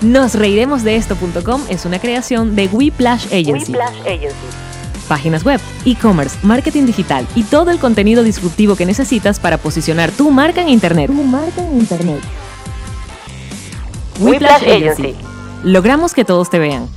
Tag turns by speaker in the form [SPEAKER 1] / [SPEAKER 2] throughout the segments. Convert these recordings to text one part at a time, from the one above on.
[SPEAKER 1] Nos reiremos de esto.com es una creación de Weplash Agency.
[SPEAKER 2] Whiplash Agency.
[SPEAKER 1] Páginas web, e-commerce, marketing digital y todo el contenido disruptivo que necesitas para posicionar tu marca en Internet.
[SPEAKER 2] Tu marca en Internet.
[SPEAKER 1] Whiplash
[SPEAKER 2] Whiplash
[SPEAKER 1] Agency.
[SPEAKER 2] Agency.
[SPEAKER 1] Logramos que todos te vean.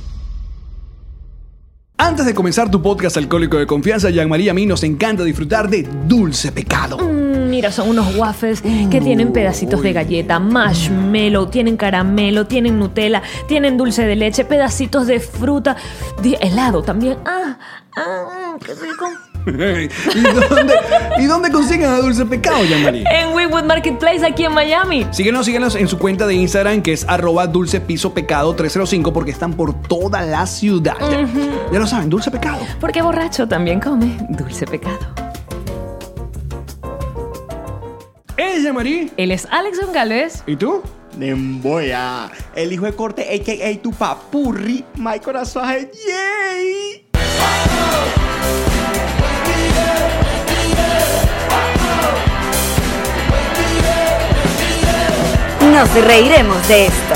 [SPEAKER 3] Antes de comenzar tu podcast alcohólico de confianza, Yanmaría a mí nos encanta disfrutar de Dulce Pecado.
[SPEAKER 1] Mm, Mira, son unos waffles que tienen pedacitos de galleta, marshmallow, tienen caramelo, tienen Nutella, tienen dulce de leche, pedacitos de fruta, di- helado también. ¡Ah! ¡Ah! ¡Qué rico!
[SPEAKER 3] ¿Y, dónde, ¿Y dónde consiguen a Dulce Pecado, Yanmaría?
[SPEAKER 1] En Wewood Marketplace aquí en Miami.
[SPEAKER 3] Síguenos, síguenos en su cuenta de Instagram que es arroba dulce piso pecado 305 porque están por toda la ciudad. Ya, ya lo saben, dulce pecado.
[SPEAKER 1] Porque borracho también come dulce pecado.
[SPEAKER 3] Ella, Marí.
[SPEAKER 1] Él es Alex Gálvez.
[SPEAKER 3] ¿Y tú?
[SPEAKER 4] Nemboya, el hijo de corte, a.k.a. tu papurri, my corazón, yay.
[SPEAKER 2] Nos reiremos de esto.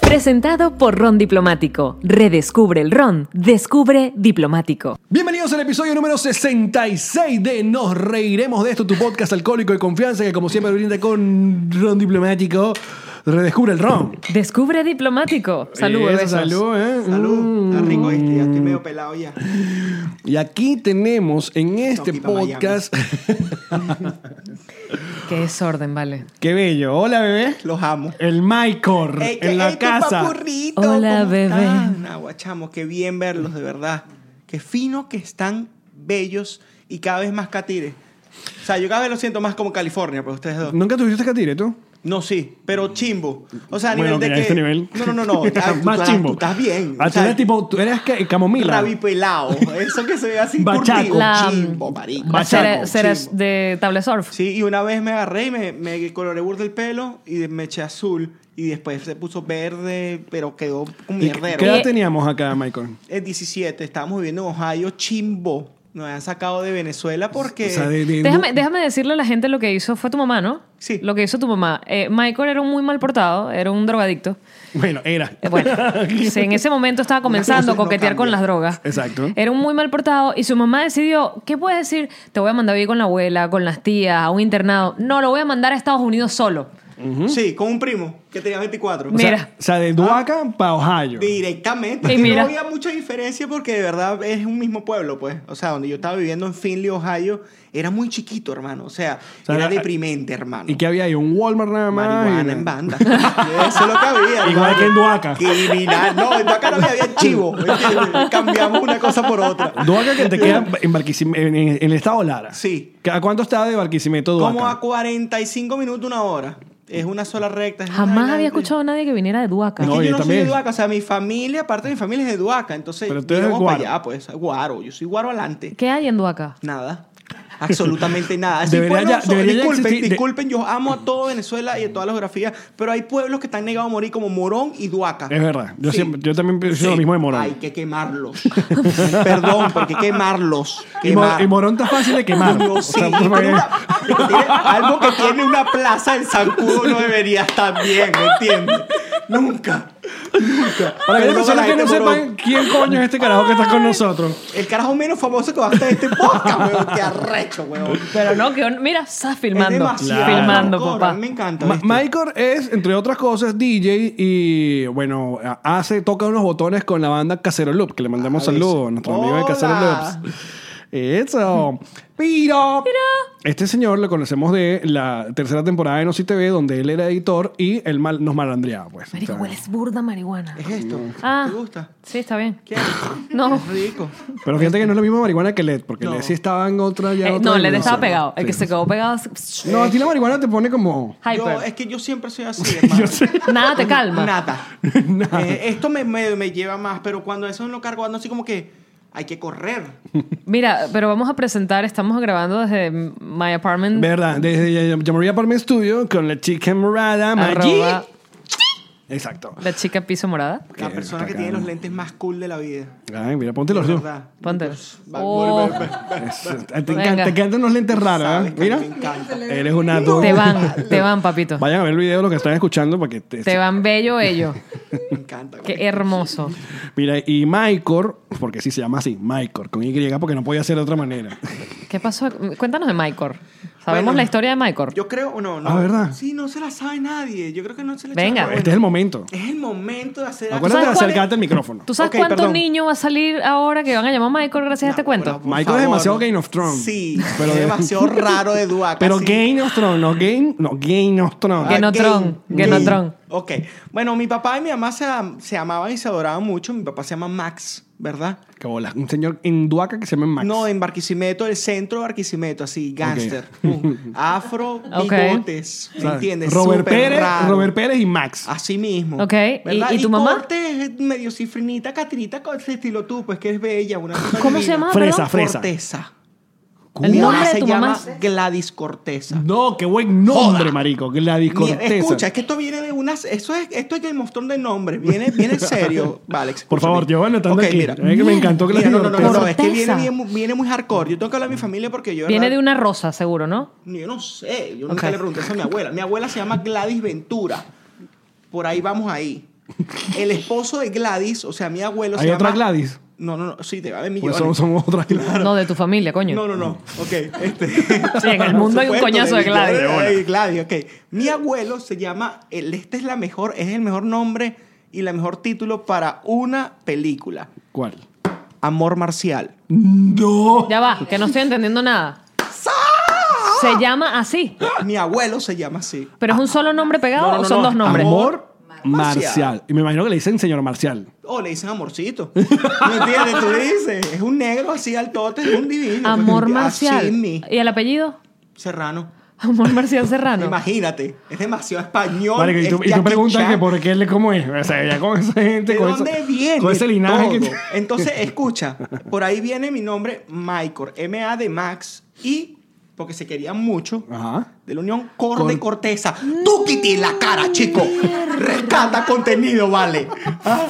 [SPEAKER 1] Presentado por Ron Diplomático. Redescubre el Ron. Descubre Diplomático.
[SPEAKER 3] Bienvenidos al episodio número 66 de Nos Reiremos de esto, tu podcast alcohólico de confianza que como siempre brinda con Ron Diplomático. Redescubre el Ron.
[SPEAKER 1] Descubre Diplomático. Saludos.
[SPEAKER 3] Eso,
[SPEAKER 1] besos.
[SPEAKER 3] Salud, ¿eh?
[SPEAKER 4] Salud, está
[SPEAKER 3] Mm.
[SPEAKER 4] rico este, ya estoy medio pelado ya.
[SPEAKER 3] Y aquí tenemos en este
[SPEAKER 4] Aquí pa' Miami.
[SPEAKER 3] podcast...
[SPEAKER 1] Qué desorden, vale.
[SPEAKER 3] ¡Qué bello! Hola, bebé.
[SPEAKER 4] Los amo.
[SPEAKER 3] El Mycor
[SPEAKER 4] Ey,
[SPEAKER 3] en
[SPEAKER 4] ey,
[SPEAKER 3] la
[SPEAKER 4] tu
[SPEAKER 3] casa.
[SPEAKER 4] papurrito,
[SPEAKER 1] Hola,
[SPEAKER 4] ¿cómo
[SPEAKER 1] bebé.
[SPEAKER 4] están? Agua, chamo, qué bien verlos, de verdad. Qué fino que están, bellos y cada vez más catires. O sea, yo cada vez lo siento más como California, pero ustedes dos.
[SPEAKER 3] ¿Nunca tuviste catire tú?
[SPEAKER 4] No, sí, pero chimbo. O sea, a nivel
[SPEAKER 3] Bueno,
[SPEAKER 4] de
[SPEAKER 3] que a
[SPEAKER 4] que...
[SPEAKER 3] este nivel.
[SPEAKER 4] No, no, no, no. Ah, tú,
[SPEAKER 3] Más
[SPEAKER 4] estás-
[SPEAKER 3] chimbo.
[SPEAKER 4] Tú estás bien.
[SPEAKER 3] Ah,
[SPEAKER 4] O
[SPEAKER 3] tú
[SPEAKER 4] sea,
[SPEAKER 3] eres tipo, tú eres ca- camomila.
[SPEAKER 4] Rabipelao. Eso que se ve así
[SPEAKER 3] Bachaco.
[SPEAKER 4] curtido.
[SPEAKER 1] La-
[SPEAKER 4] Chimbo, marico.
[SPEAKER 1] La cera-
[SPEAKER 4] Bachaco,
[SPEAKER 1] ceras
[SPEAKER 4] chimbo.
[SPEAKER 1] de table surf.
[SPEAKER 4] Sí, y una vez me agarré y me, me coloré burda el pelo y me eché azul. Y después se puso verde, pero quedó un
[SPEAKER 3] ¿Y
[SPEAKER 4] mierdero.
[SPEAKER 3] ¿Qué edad teníamos acá, Michael?
[SPEAKER 4] El 17, estábamos viviendo en Ohio, chimbo. Nos han sacado de Venezuela porque...
[SPEAKER 3] O sea, de- de-
[SPEAKER 1] Déjame, déjame decirle a la gente lo que hizo fue tu mamá, ¿no?
[SPEAKER 4] Sí.
[SPEAKER 1] Lo que hizo tu mamá. Eh, Michael era un muy mal portado, era un drogadicto.
[SPEAKER 3] Bueno, era.
[SPEAKER 1] Eh, Bueno, sí, en ese momento estaba comenzando a
[SPEAKER 4] Las cosas no
[SPEAKER 1] coquetear con
[SPEAKER 4] cambian.
[SPEAKER 1] las drogas.
[SPEAKER 3] Exacto.
[SPEAKER 1] Era un muy mal portado y su mamá decidió, ¿qué puede decir? Te voy a mandar a vivir con la abuela, con las tías, a un internado. No, lo voy a mandar a Estados Unidos solo.
[SPEAKER 4] Sí, con un primo que tenía 24.
[SPEAKER 3] O sea,
[SPEAKER 1] Mira.
[SPEAKER 3] O sea, de Duaca
[SPEAKER 4] Ah.
[SPEAKER 3] para Ohio.
[SPEAKER 4] Directamente.
[SPEAKER 1] Y
[SPEAKER 4] Y
[SPEAKER 1] mira.
[SPEAKER 4] No había mucha diferencia porque de verdad es un mismo pueblo, pues. O sea, donde yo estaba viviendo en Findlay, Ohio, era muy chiquito, hermano. O sea,
[SPEAKER 3] O sea,
[SPEAKER 4] era
[SPEAKER 3] era-
[SPEAKER 4] deprimente, hermano.
[SPEAKER 3] ¿Y qué había ahí? Un Walmart nada más.
[SPEAKER 4] Marihuana
[SPEAKER 3] Y-
[SPEAKER 4] en banda. Eso es lo que había.
[SPEAKER 3] Igual
[SPEAKER 4] hermano.
[SPEAKER 3] que en Duaca.
[SPEAKER 4] Criminal. No, en Duaca no había, había chivo. ¿entiendes? Cambiamos una cosa por otra.
[SPEAKER 3] Duaca que te queda en, Barquisim- en, en- en el estado Lara.
[SPEAKER 4] Sí.
[SPEAKER 3] ¿A cuánto está de Barquisimeto Duaca?
[SPEAKER 4] Como a 45 minutos, una hora. Es una sola recta. es una
[SPEAKER 1] Jamás
[SPEAKER 4] vaina-
[SPEAKER 1] había escuchado a nadie que viniera de Duaca.
[SPEAKER 4] Es
[SPEAKER 3] No,
[SPEAKER 4] que
[SPEAKER 3] yo
[SPEAKER 4] yo no
[SPEAKER 3] también.
[SPEAKER 4] soy de Duaca, o sea, mi familia, parte de mi familia es de Duaca, entonces
[SPEAKER 3] Pero tú eres
[SPEAKER 4] íbamos
[SPEAKER 3] guaro.
[SPEAKER 4] para allá, pues, guaro, yo soy guaro adelante.
[SPEAKER 1] ¿Qué hay en Duaca?
[SPEAKER 4] Nada. Absolutamente nada. Sí,
[SPEAKER 3] Debería
[SPEAKER 4] pueblos
[SPEAKER 3] ya-
[SPEAKER 4] son-
[SPEAKER 3] debería ya
[SPEAKER 4] disculpen,
[SPEAKER 3] existir- de-
[SPEAKER 4] disculpen, yo amo a todo Venezuela y a toda la geografía, pero hay pueblos que están negados a morir como Morón y Duaca.
[SPEAKER 3] Es verdad. Yo,
[SPEAKER 4] Sí.
[SPEAKER 3] siempre, yo también pienso
[SPEAKER 4] Sí.
[SPEAKER 3] lo mismo de Morón.
[SPEAKER 4] Hay que quemarlos. Perdón, porque quemarlos.
[SPEAKER 3] y, Mo-
[SPEAKER 4] Quemar.
[SPEAKER 3] y Morón está fácil de quemar.
[SPEAKER 4] No,
[SPEAKER 3] O
[SPEAKER 4] sí,
[SPEAKER 3] sea,
[SPEAKER 4] tiene
[SPEAKER 3] porque-
[SPEAKER 4] una- tiene algo que tiene una plaza en Zancudo no debería estar bien, ¿me entiendes? Nunca. Nunca.
[SPEAKER 3] Para que las
[SPEAKER 4] Perdón a la
[SPEAKER 3] personas que no
[SPEAKER 4] gente, pero
[SPEAKER 3] sepan quién coño es este carajo que está con nosotros.
[SPEAKER 4] El carajo menos famoso que va a estar en este podcast, weón. Qué arrecho, weón.
[SPEAKER 1] Pero no, que mira, está
[SPEAKER 4] Es
[SPEAKER 1] filmando.
[SPEAKER 4] demasiado
[SPEAKER 1] Filmando,
[SPEAKER 4] hardcore,
[SPEAKER 1] papá.
[SPEAKER 4] a mí Me encanta.
[SPEAKER 3] Ma-
[SPEAKER 4] ¿viste?
[SPEAKER 3] Michael es, entre otras cosas, DJ y, bueno, hace, toca unos botones con la banda Casero Loop, que le mandamos
[SPEAKER 4] A veces.
[SPEAKER 3] saludos a nuestro amigo de
[SPEAKER 4] Hola.
[SPEAKER 3] Casero Loops. Eso. Piro. Este señor lo conocemos de la tercera temporada de No Si TV, donde él era editor y él mal, nos malandreaba, pues.
[SPEAKER 1] Marico,
[SPEAKER 3] O sea,
[SPEAKER 1] hueles burda marihuana.
[SPEAKER 4] ¿Es esto?
[SPEAKER 1] Ah.
[SPEAKER 4] ¿Te gusta?
[SPEAKER 1] Sí, está bien.
[SPEAKER 4] ¿Qué haces?
[SPEAKER 1] No. Eh,
[SPEAKER 4] Es rico.
[SPEAKER 3] pero fíjate que no es la misma marihuana que LED, porque
[SPEAKER 4] No.
[SPEAKER 3] LED sí estaba en otra ya.
[SPEAKER 1] Eh,
[SPEAKER 3] otra
[SPEAKER 1] no, le
[SPEAKER 3] dimensión.
[SPEAKER 1] estaba pegado. El
[SPEAKER 3] Sí.
[SPEAKER 1] que se quedó pegado. es-
[SPEAKER 3] No, a ti la marihuana te pone como.
[SPEAKER 4] Yo,
[SPEAKER 1] Hyper.
[SPEAKER 4] es que yo siempre soy así, hermano.
[SPEAKER 1] Nada Ah, te calma.
[SPEAKER 4] Nada. Eh, esto me, me, me lleva más, pero cuando eso lo cargo, ando así como que hay que correr.
[SPEAKER 1] Mira, pero vamos a presentar, estamos grabando desde My Apartment.
[SPEAKER 3] ¿Verdad? Desde Llamaría Parmen Studio con la chica morada, Maggie.
[SPEAKER 1] arroba-
[SPEAKER 3] Exacto.
[SPEAKER 1] La chica piso morada.
[SPEAKER 4] La
[SPEAKER 3] Que
[SPEAKER 4] persona que
[SPEAKER 3] está
[SPEAKER 4] tiene
[SPEAKER 3] acá.
[SPEAKER 4] los lentes más cool de la vida.
[SPEAKER 3] Ay, mira, ponte los dos.
[SPEAKER 4] ¿Verdad?
[SPEAKER 1] Ponte.
[SPEAKER 4] Pues, Va-
[SPEAKER 1] Oh,
[SPEAKER 3] Es- te, encanta-
[SPEAKER 1] Venga.
[SPEAKER 3] te encantan los lentes raros, ¿eh?
[SPEAKER 4] Sabes que
[SPEAKER 3] Mira.
[SPEAKER 4] me encanta.
[SPEAKER 3] Eres una dura.
[SPEAKER 1] te van, te van, papito.
[SPEAKER 3] Vayan a ver el video de lo que están escuchando para que te,
[SPEAKER 1] Te van bello ellos.
[SPEAKER 4] Me encanta.
[SPEAKER 1] Qué
[SPEAKER 4] güey.
[SPEAKER 1] hermoso.
[SPEAKER 3] Mira, y Mycor, porque sí se llama así, Mycor, con Y, porque no podía ser de otra manera.
[SPEAKER 1] ¿Qué pasó? Cuéntanos de Mycor. Sabemos
[SPEAKER 4] Bueno,
[SPEAKER 1] la historia de Mycor.
[SPEAKER 4] Yo creo, o no, no.
[SPEAKER 3] Ah, ¿verdad?
[SPEAKER 4] Sí, no se la sabe nadie. Yo creo que no se la
[SPEAKER 1] Venga.
[SPEAKER 4] echaron.
[SPEAKER 3] Este es el momento.
[SPEAKER 4] Es el momento de hacer
[SPEAKER 3] Acuérdate de
[SPEAKER 1] ¿Sabes cuál es?
[SPEAKER 3] acercarte al micrófono.
[SPEAKER 1] ¿Tú sabes
[SPEAKER 4] Ok,
[SPEAKER 1] cuánto
[SPEAKER 4] perdón. pues,
[SPEAKER 1] niño va a salir ahora que van a llamar Mycor gracias a este cuento?
[SPEAKER 4] Por
[SPEAKER 3] Michael es
[SPEAKER 4] favor.
[SPEAKER 3] demasiado Game of Thrones.
[SPEAKER 4] Sí,
[SPEAKER 3] Pero
[SPEAKER 4] es
[SPEAKER 3] de-
[SPEAKER 4] demasiado raro de Duaca.
[SPEAKER 3] Pero
[SPEAKER 4] sí.
[SPEAKER 3] Game of Thrones, no Game, no Game of Thrones.
[SPEAKER 1] Game
[SPEAKER 4] Ah,
[SPEAKER 1] of Thrones,
[SPEAKER 4] Game,
[SPEAKER 1] Game of
[SPEAKER 4] Game.
[SPEAKER 1] Thrones.
[SPEAKER 4] Ok. Bueno, mi papá y mi mamá se, se amaban y se adoraban mucho. Mi papá se llama Max, ¿verdad?
[SPEAKER 3] Qué bola. Un señor en Duaca que se llama Max.
[SPEAKER 4] No, en Barquisimeto, el centro de Barquisimeto, así, gangster. Uh, afro,
[SPEAKER 1] Ok.
[SPEAKER 4] bigotes,
[SPEAKER 3] O
[SPEAKER 4] ¿me
[SPEAKER 3] sea,
[SPEAKER 4] entiendes?
[SPEAKER 3] Robert
[SPEAKER 4] Súper
[SPEAKER 3] Pérez,
[SPEAKER 4] raro. Ah,
[SPEAKER 3] Robert Pérez y Max.
[SPEAKER 4] Así mismo.
[SPEAKER 1] Ok, ¿y-
[SPEAKER 4] ¿verdad?
[SPEAKER 1] y tu mamá?
[SPEAKER 4] Corte es medio cifrinita, catirita, con ese estilo tú, pues que es bella. Una cosa
[SPEAKER 1] Ah, ¿Cómo se
[SPEAKER 4] divina.
[SPEAKER 1] llama?
[SPEAKER 3] fresa,
[SPEAKER 1] perdón.
[SPEAKER 3] fresa.
[SPEAKER 4] Corteza.
[SPEAKER 1] El
[SPEAKER 4] Mi
[SPEAKER 1] nombre
[SPEAKER 4] mamá
[SPEAKER 1] de
[SPEAKER 4] se
[SPEAKER 1] tu
[SPEAKER 4] llama
[SPEAKER 1] mamá.
[SPEAKER 4] Gladys Corteza.
[SPEAKER 3] No, qué buen nombre,
[SPEAKER 4] Joda.
[SPEAKER 3] marico.
[SPEAKER 4] Mira,
[SPEAKER 3] Gladys Corteza.
[SPEAKER 4] escucha, es que esto viene de unas. Eso es, esto es Game of Thrones de nombre. Viene, viene serio, Alex.
[SPEAKER 3] Por favor, yo voy anotando aquí.
[SPEAKER 4] Mira.
[SPEAKER 3] Es que me encantó
[SPEAKER 4] Mira,
[SPEAKER 3] Gladys
[SPEAKER 4] no, no, no, no,
[SPEAKER 3] Corteza.
[SPEAKER 4] no, es que viene,
[SPEAKER 1] Corteza.
[SPEAKER 4] bien- viene muy hardcore. Yo tengo que hablar de mi familia porque yo.
[SPEAKER 1] Viene
[SPEAKER 4] ¿verdad?
[SPEAKER 1] de una rosa, seguro, ¿no?
[SPEAKER 4] Yo no sé, yo nunca
[SPEAKER 1] Ok.
[SPEAKER 4] le pregunté eso a mi abuela. Mi abuela se llama Gladys Ventura. Por ahí vamos ahí. El esposo de Gladys, o sea, mi abuelo se
[SPEAKER 3] ¿Hay otra
[SPEAKER 4] llama-
[SPEAKER 3] Gladys?
[SPEAKER 4] No, no, no, sí, te va a ver
[SPEAKER 3] Pues
[SPEAKER 4] millones.
[SPEAKER 3] son, son otras Gladys.
[SPEAKER 1] No, de tu familia, coño.
[SPEAKER 4] No, no, no. Ok. Este... Sí,
[SPEAKER 1] en el mundo hay un coñazo de Gladys.
[SPEAKER 4] Gladys, ok. Mi abuelo se llama. El, este es la mejor, es el mejor nombre y la mejor título para una película.
[SPEAKER 3] ¿Cuál?
[SPEAKER 4] Amor marcial.
[SPEAKER 3] No.
[SPEAKER 1] Ya va, que no estoy entendiendo nada. Se llama así.
[SPEAKER 4] Mi abuelo se llama así.
[SPEAKER 1] ¿Pero es un solo nombre pegado
[SPEAKER 4] No, no,
[SPEAKER 1] o
[SPEAKER 4] no,
[SPEAKER 1] son
[SPEAKER 4] no.
[SPEAKER 1] dos nombres?
[SPEAKER 3] Amor
[SPEAKER 4] Marcial.
[SPEAKER 3] Marcial. Y me imagino que le dicen señor Marcial.
[SPEAKER 4] O Oh, le dicen amorcito. ¿Me entiendes? Tú dices. Es un negro así altote, es un divino.
[SPEAKER 1] Amor
[SPEAKER 4] Así
[SPEAKER 1] Marcial.
[SPEAKER 4] mi-
[SPEAKER 1] ¿Y el apellido?
[SPEAKER 4] Serrano.
[SPEAKER 1] Amor Marcial Serrano.
[SPEAKER 4] Imagínate. Es demasiado español.
[SPEAKER 3] Marico, y
[SPEAKER 4] es
[SPEAKER 3] tú, y tú
[SPEAKER 4] Jackie
[SPEAKER 3] preguntas
[SPEAKER 4] Chan.
[SPEAKER 3] que por qué le cómo es. O sea, ya con esa gente,
[SPEAKER 4] ¿De
[SPEAKER 3] con,
[SPEAKER 4] dónde
[SPEAKER 3] esa-
[SPEAKER 4] viene?
[SPEAKER 3] con ese linaje que
[SPEAKER 4] todo?
[SPEAKER 3] tiene.
[SPEAKER 4] Entonces, escucha, por ahí viene mi nombre, Michael, M-A de Max, y porque se querían mucho,
[SPEAKER 3] Ajá.
[SPEAKER 4] de la unión Cor de Corteza. Tú quité la cara, chico. Rescata contenido, vale. Ah,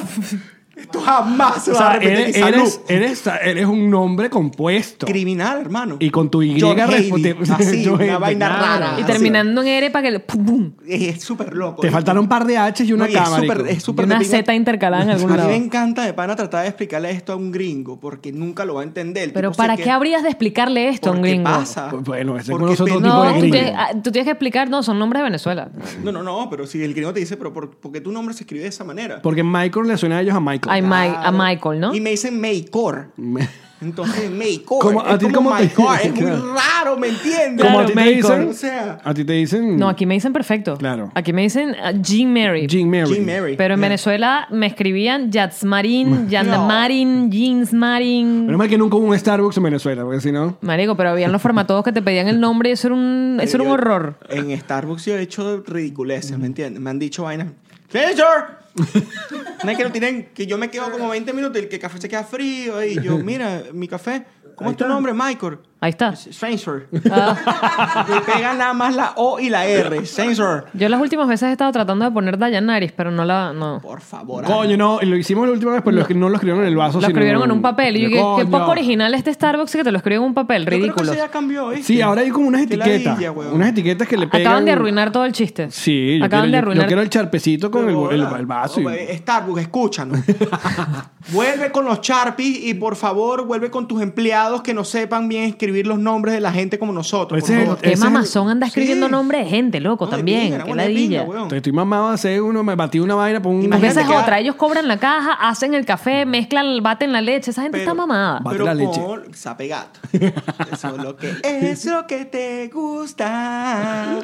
[SPEAKER 4] Esto jamás se
[SPEAKER 3] O
[SPEAKER 4] va a
[SPEAKER 3] sea,
[SPEAKER 4] repetir.
[SPEAKER 3] eres,
[SPEAKER 4] Y salud.
[SPEAKER 3] eres, eres, eres un nombre compuesto.
[SPEAKER 4] criminal, hermano.
[SPEAKER 3] Y con tu Y
[SPEAKER 4] John Hayden,
[SPEAKER 3] responde-
[SPEAKER 4] Así,
[SPEAKER 3] John
[SPEAKER 4] una
[SPEAKER 3] Hayden,
[SPEAKER 4] vaina
[SPEAKER 3] claro.
[SPEAKER 4] rara.
[SPEAKER 1] Y
[SPEAKER 4] así.
[SPEAKER 1] terminando en ere para que le... ¡pum! pum.
[SPEAKER 4] Es súper loco.
[SPEAKER 3] Te
[SPEAKER 4] Y-
[SPEAKER 3] faltaron un par de H y
[SPEAKER 4] No,
[SPEAKER 3] una
[SPEAKER 4] y es
[SPEAKER 3] cámara.
[SPEAKER 4] súper- es
[SPEAKER 1] Y
[SPEAKER 4] súper
[SPEAKER 1] una
[SPEAKER 4] de pinga-
[SPEAKER 1] Z intercalada en
[SPEAKER 4] A
[SPEAKER 1] algún
[SPEAKER 4] mí
[SPEAKER 1] lado.
[SPEAKER 4] me encanta de pana tratar de explicarle esto a un gringo porque nunca lo va a entender. El
[SPEAKER 1] Pero
[SPEAKER 4] tipo se
[SPEAKER 1] ¿para qué
[SPEAKER 4] queda-
[SPEAKER 1] habrías de explicarle esto a un
[SPEAKER 4] ¿Por qué
[SPEAKER 1] gringo?
[SPEAKER 4] pasa?
[SPEAKER 3] Pues, Bueno, ese
[SPEAKER 4] Porque
[SPEAKER 3] con nosotros
[SPEAKER 4] te-
[SPEAKER 3] tipo
[SPEAKER 1] No,
[SPEAKER 3] de
[SPEAKER 1] tú
[SPEAKER 3] gringo.
[SPEAKER 1] tienes, ah, tú tienes que explicar, no, son nombres de Venezuela.
[SPEAKER 4] No, no, no, pero si el gringo te dice, pero ¿por, por qué tu nombre se escribe de esa manera?
[SPEAKER 3] Porque Michael le suena a ellos a Michael.
[SPEAKER 1] Ay, Mi- a Michael, ¿no?
[SPEAKER 4] Y me dicen Maycor.
[SPEAKER 3] Me-
[SPEAKER 4] Entonces, Maycor.
[SPEAKER 3] ¿Cómo-
[SPEAKER 4] es
[SPEAKER 3] a ti
[SPEAKER 4] como
[SPEAKER 3] cómo te-
[SPEAKER 4] Maycor, Es muy
[SPEAKER 3] Claro.
[SPEAKER 4] raro, ¿me entiendes?
[SPEAKER 3] Como
[SPEAKER 1] Claro,
[SPEAKER 3] a ti te
[SPEAKER 1] Michael.
[SPEAKER 3] dicen.
[SPEAKER 4] O sea-
[SPEAKER 3] a ti te dicen.
[SPEAKER 1] No, aquí me dicen perfecto.
[SPEAKER 3] Claro.
[SPEAKER 1] Aquí me dicen ah, Jean Mary.
[SPEAKER 3] Jean Mary.
[SPEAKER 4] Jim Mary.
[SPEAKER 1] Pero en
[SPEAKER 4] Yeah.
[SPEAKER 1] Venezuela me escribían Yatsmarin, Yandamarin, Jeans Marin.
[SPEAKER 3] Menos mal que nunca hubo un Starbucks en Venezuela, porque si no.
[SPEAKER 1] Marico, pero habían los formatados que te pedían el nombre y eso era un, eso era un
[SPEAKER 4] Yo-
[SPEAKER 1] horror.
[SPEAKER 4] En Starbucks yo he hecho ridiculeces, ¿me entiendes? Me han dicho vainas. ¡Treasure! no es que no tienen, que yo me quedo como 20 minutos y el que el café se queda frío. Y yo, mira, mi café. ¿Cómo es tu nombre, Michael?
[SPEAKER 1] Ahí está. Ah,
[SPEAKER 4] Stranger. Le pegan nada más la O y la R. Stranger.
[SPEAKER 1] Yo las últimas veces he estado tratando de poner Dayanaris, pero no la... No.
[SPEAKER 4] Por favor.
[SPEAKER 3] Coño, no, lo hicimos la última vez, pero lo escri- no lo escribieron en el vaso.
[SPEAKER 1] Lo
[SPEAKER 3] sino-
[SPEAKER 1] escribieron en un papel. Y yo, dije, qué
[SPEAKER 3] Coño.
[SPEAKER 1] poco original este Starbucks que te lo escriben en un papel.
[SPEAKER 4] Yo creo
[SPEAKER 1] Ridículo.
[SPEAKER 4] que eso ya cambió, ¿viste?
[SPEAKER 3] Sí, ahora hay como unas
[SPEAKER 4] Qué
[SPEAKER 3] etiquetas.
[SPEAKER 4] ladilla, weón.
[SPEAKER 3] unas etiquetas que le pegan.
[SPEAKER 1] Acaban de arruinar todo el chiste.
[SPEAKER 3] Sí, yo
[SPEAKER 1] Acaban
[SPEAKER 3] quiero,
[SPEAKER 1] de
[SPEAKER 3] yo-
[SPEAKER 1] arruinar.
[SPEAKER 3] yo quiero el charpecito con el, el- el vaso. y-
[SPEAKER 4] No, pues, Starbucks, escúchanos. vuelve con los Sharpies y por favor vuelve con tus empleados que no sepan bien escribir los nombres de la gente como nosotros.
[SPEAKER 3] Ese
[SPEAKER 4] por
[SPEAKER 3] es
[SPEAKER 4] favor.
[SPEAKER 1] Qué
[SPEAKER 3] Ese es el-
[SPEAKER 1] mamazón anda escribiendo
[SPEAKER 4] Sí.
[SPEAKER 1] nombre de gente, loco,
[SPEAKER 4] No, de
[SPEAKER 1] también.
[SPEAKER 4] pinga,
[SPEAKER 1] qué
[SPEAKER 4] no, de pinga,
[SPEAKER 1] ladilla.
[SPEAKER 4] weón.
[SPEAKER 3] Entonces, estoy mamado a hacer uno, me batí una vaina, pongo un.
[SPEAKER 1] Porque esa
[SPEAKER 4] Imagínate
[SPEAKER 1] es
[SPEAKER 4] que-
[SPEAKER 1] otra. Ellos cobran la caja, hacen el café, mezclan, baten la leche. Esa gente está mamada.
[SPEAKER 3] Bate
[SPEAKER 4] Pero
[SPEAKER 3] la leche.
[SPEAKER 4] con sapegato. Eso es lo que, es lo que te gusta.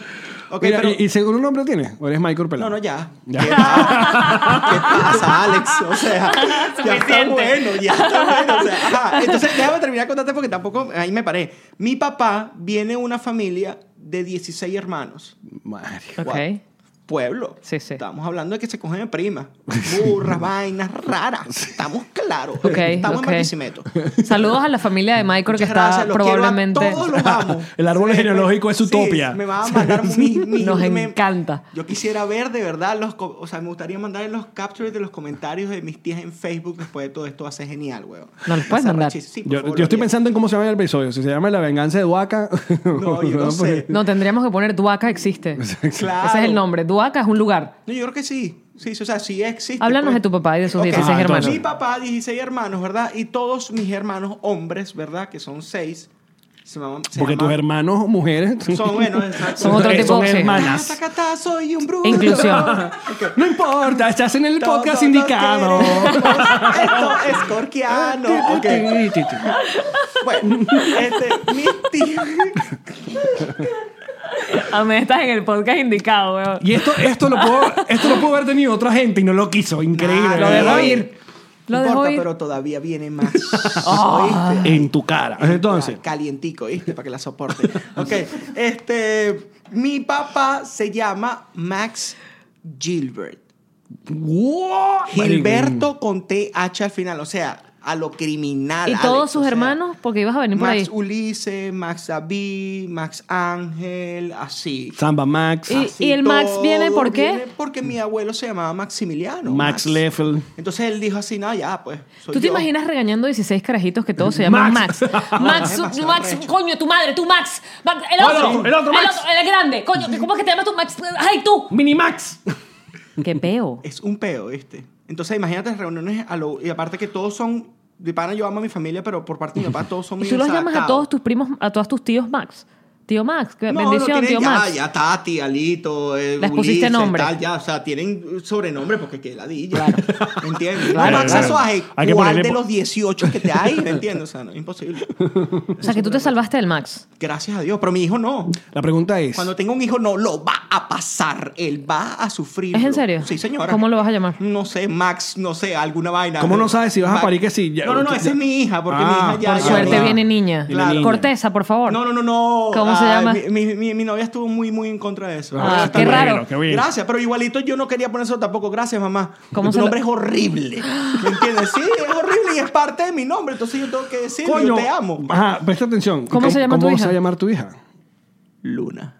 [SPEAKER 4] Ok,
[SPEAKER 3] Mira,
[SPEAKER 4] pero-
[SPEAKER 3] ¿y, y seguro un nombre tienes? ¿O eres Michael Pelado?
[SPEAKER 4] No, no, ya.
[SPEAKER 3] Ya.
[SPEAKER 4] ¿Qué, pasa? ¿Qué pasa, Alex? O sea, ya está
[SPEAKER 1] Suficiente.
[SPEAKER 4] bueno, ya está bueno. O sea, ajá. Entonces, déjame terminar de contarte porque tampoco ahí me paré. Mi papá viene de una familia de 16 hermanos.
[SPEAKER 3] Mario.
[SPEAKER 1] Ok.
[SPEAKER 4] pueblo.
[SPEAKER 1] Sí, sí.
[SPEAKER 4] Estamos hablando de que se cogen primas, burras, vainas raras. Estamos claros.
[SPEAKER 1] Ok,
[SPEAKER 4] Estamos
[SPEAKER 1] ok.
[SPEAKER 4] en Barquisimeto.
[SPEAKER 1] Saludos a la familia de Michael que
[SPEAKER 4] Muchas
[SPEAKER 1] está
[SPEAKER 4] gracias, los quiero a
[SPEAKER 1] probablemente.
[SPEAKER 4] todos los amo.
[SPEAKER 3] El árbol
[SPEAKER 4] Sí,
[SPEAKER 3] genealógico es
[SPEAKER 4] sí,
[SPEAKER 3] Utopia.
[SPEAKER 4] me va a mandar mi, mi-
[SPEAKER 1] Nos
[SPEAKER 4] me-
[SPEAKER 1] encanta.
[SPEAKER 4] Yo quisiera ver de verdad los, co- o sea, me gustaría mandar los captures de los comentarios de mis tías en Facebook después de todo esto. Va a ser genial, weón.
[SPEAKER 1] ¿No los puedes mandar?
[SPEAKER 4] Sí, por
[SPEAKER 3] Yo,
[SPEAKER 4] favor,
[SPEAKER 3] yo estoy
[SPEAKER 4] los
[SPEAKER 3] pensando en cómo se llama el episodio. Si se llama La venganza de Duaca.
[SPEAKER 4] No, yo no sé.
[SPEAKER 1] No, tendríamos que poner Duaca existe.
[SPEAKER 4] tías. Claro.
[SPEAKER 1] Ese es el nombre. Duaca es un lugar.
[SPEAKER 4] No, yo creo que sí. Sí, o sea, sí existe. pues.
[SPEAKER 1] Háblanos de tu papá y de sus
[SPEAKER 4] Ok.
[SPEAKER 1] 16
[SPEAKER 3] Ah,
[SPEAKER 1] hermanos.
[SPEAKER 3] entonces-
[SPEAKER 4] Mi papá, 16 hermanos, ¿verdad? Y todos mis hermanos hombres, ¿verdad? Que son seis. Se llaman- se
[SPEAKER 3] Porque tus
[SPEAKER 4] llaman-
[SPEAKER 3] hermanos, mujeres.
[SPEAKER 4] Son, bueno, exacto.
[SPEAKER 1] Son otro
[SPEAKER 3] eh,
[SPEAKER 1] tipo,
[SPEAKER 3] son
[SPEAKER 1] sí.
[SPEAKER 3] hermanas.
[SPEAKER 4] Taca, taca, soy un bruto.
[SPEAKER 1] Inclusión.
[SPEAKER 4] Ok.
[SPEAKER 3] No importa, estás en el podcast
[SPEAKER 4] Todos
[SPEAKER 3] indicado.
[SPEAKER 4] queremos- Esto es
[SPEAKER 1] Ah,
[SPEAKER 4] corquiano. Ok. Bueno, este, mis tíos.
[SPEAKER 1] Amé, estás en el podcast indicado, weón.
[SPEAKER 3] Y esto, esto, lo puedo, esto lo pudo haber tenido otra gente y no lo quiso. Increíble.
[SPEAKER 4] Nah, lo
[SPEAKER 3] ¿verdad?
[SPEAKER 4] dejó
[SPEAKER 1] ir. Lo Ah.
[SPEAKER 4] No
[SPEAKER 1] dejó
[SPEAKER 4] importa,
[SPEAKER 1] ir.
[SPEAKER 4] pero todavía viene más. ¿Oíste? Ah,
[SPEAKER 3] En tu cara. Entonces,
[SPEAKER 4] Calientico, ¿viste? Para que la soporte. Ok. Este. Mi papá se llama Max Gilbert.
[SPEAKER 3] wow,
[SPEAKER 4] Gilberto con TH al final. O sea, a lo criminal.
[SPEAKER 1] ¿Y
[SPEAKER 4] Alex,
[SPEAKER 1] todos sus
[SPEAKER 4] o sea,
[SPEAKER 1] hermanos? Porque ibas a venir por ahí.
[SPEAKER 4] Max Ulises, Max David, Max Ángel, así.
[SPEAKER 3] Samba Max,
[SPEAKER 1] Y-
[SPEAKER 4] Así
[SPEAKER 1] el Max
[SPEAKER 4] todo
[SPEAKER 1] viene por qué?
[SPEAKER 4] porque mi abuelo se llamaba Maximiliano.
[SPEAKER 3] Max Leffel.
[SPEAKER 4] Entonces él dijo así, no, ya, pues. soy
[SPEAKER 1] ¿Tú te
[SPEAKER 4] yo".
[SPEAKER 1] imaginas regañando 16 carajitos que todos se llaman Max?
[SPEAKER 3] Max.
[SPEAKER 1] Max, Max,
[SPEAKER 4] demasiado arrecho.
[SPEAKER 1] coño, tu madre, tú Max. Max, el
[SPEAKER 3] Bueno,
[SPEAKER 1] otro,
[SPEAKER 3] el otro Max.
[SPEAKER 1] el grande. Coño, ¿cómo es que te llamas tú Max? ¡Ay, tú!
[SPEAKER 3] Mini Max.
[SPEAKER 1] ¡Qué peo!
[SPEAKER 4] Es un peo, ¿viste? Entonces imagínate las reuniones a lo- y aparte que todos son de pana yo amo a mi familia, pero por parte de mi papá todos son muy
[SPEAKER 1] ¿Y tú los llamas a
[SPEAKER 4] desadaptados.
[SPEAKER 1] todos tus primos, a todos tus tíos Max? Tío Max, que-
[SPEAKER 4] No,
[SPEAKER 1] bendición,
[SPEAKER 4] no tienen,
[SPEAKER 1] tío
[SPEAKER 4] ya,
[SPEAKER 1] Max.
[SPEAKER 4] ya Tati, Alito, eh,
[SPEAKER 1] Les pusiste
[SPEAKER 4] Ulises,
[SPEAKER 1] nombre.
[SPEAKER 4] tal, ya, o sea, tienen sobrenombre porque qué ladilla.
[SPEAKER 1] Claro.
[SPEAKER 4] ¿Me entiendes?
[SPEAKER 1] Claro,
[SPEAKER 4] no, Max
[SPEAKER 1] claro.
[SPEAKER 4] Azuaje,
[SPEAKER 3] Hay que
[SPEAKER 4] ¿cuál
[SPEAKER 3] ponerle
[SPEAKER 4] de
[SPEAKER 3] po-
[SPEAKER 4] los 18 que te hay? ¿Me entiendes? O sea, no, imposible.
[SPEAKER 1] O sea, que tú te salvaste del Max.
[SPEAKER 4] Gracias a Dios, pero mi hijo no.
[SPEAKER 3] La pregunta es:
[SPEAKER 4] Cuando tenga un hijo no lo va a pasar, él va a sufrir.
[SPEAKER 1] ¿Es en serio?
[SPEAKER 4] Sí, señora.
[SPEAKER 1] ¿Cómo lo vas a llamar?
[SPEAKER 4] No sé, Max, no sé, alguna vaina.
[SPEAKER 3] ¿Cómo no sabes si vas a
[SPEAKER 4] Ma-
[SPEAKER 3] parir que sí? Ya-
[SPEAKER 4] No, no, no,
[SPEAKER 3] ya-
[SPEAKER 4] esa es mi hija, porque
[SPEAKER 3] Ah,
[SPEAKER 4] mi hija ya.
[SPEAKER 1] Por
[SPEAKER 4] ya-
[SPEAKER 1] suerte
[SPEAKER 4] ya-
[SPEAKER 1] viene niña.
[SPEAKER 4] Claro.
[SPEAKER 3] niña.
[SPEAKER 1] Corteza, por favor.
[SPEAKER 4] No, no, no, no.
[SPEAKER 1] ¿Cómo se
[SPEAKER 4] Ay,
[SPEAKER 1] llama?
[SPEAKER 4] Mi, mi- mi- mi novia estuvo muy, muy en contra de eso.
[SPEAKER 1] Ah,
[SPEAKER 4] Está
[SPEAKER 1] qué
[SPEAKER 4] bien.
[SPEAKER 1] raro.
[SPEAKER 3] bueno, qué bien.
[SPEAKER 4] Gracias, pero igualito yo no quería poner eso tampoco. Gracias, mamá.
[SPEAKER 1] ¿Cómo
[SPEAKER 4] Porque
[SPEAKER 1] se
[SPEAKER 4] tu
[SPEAKER 1] lo-
[SPEAKER 4] nombre es horrible. ¿Me entiendes? Sí, es horrible y es parte de mi nombre. Entonces yo tengo que decir, yo te amo.
[SPEAKER 3] Ajá, presta atención.
[SPEAKER 1] ¿Cómo se llama tu
[SPEAKER 3] cómo
[SPEAKER 1] hija?
[SPEAKER 3] se va a llamar tu hija?
[SPEAKER 4] Luna.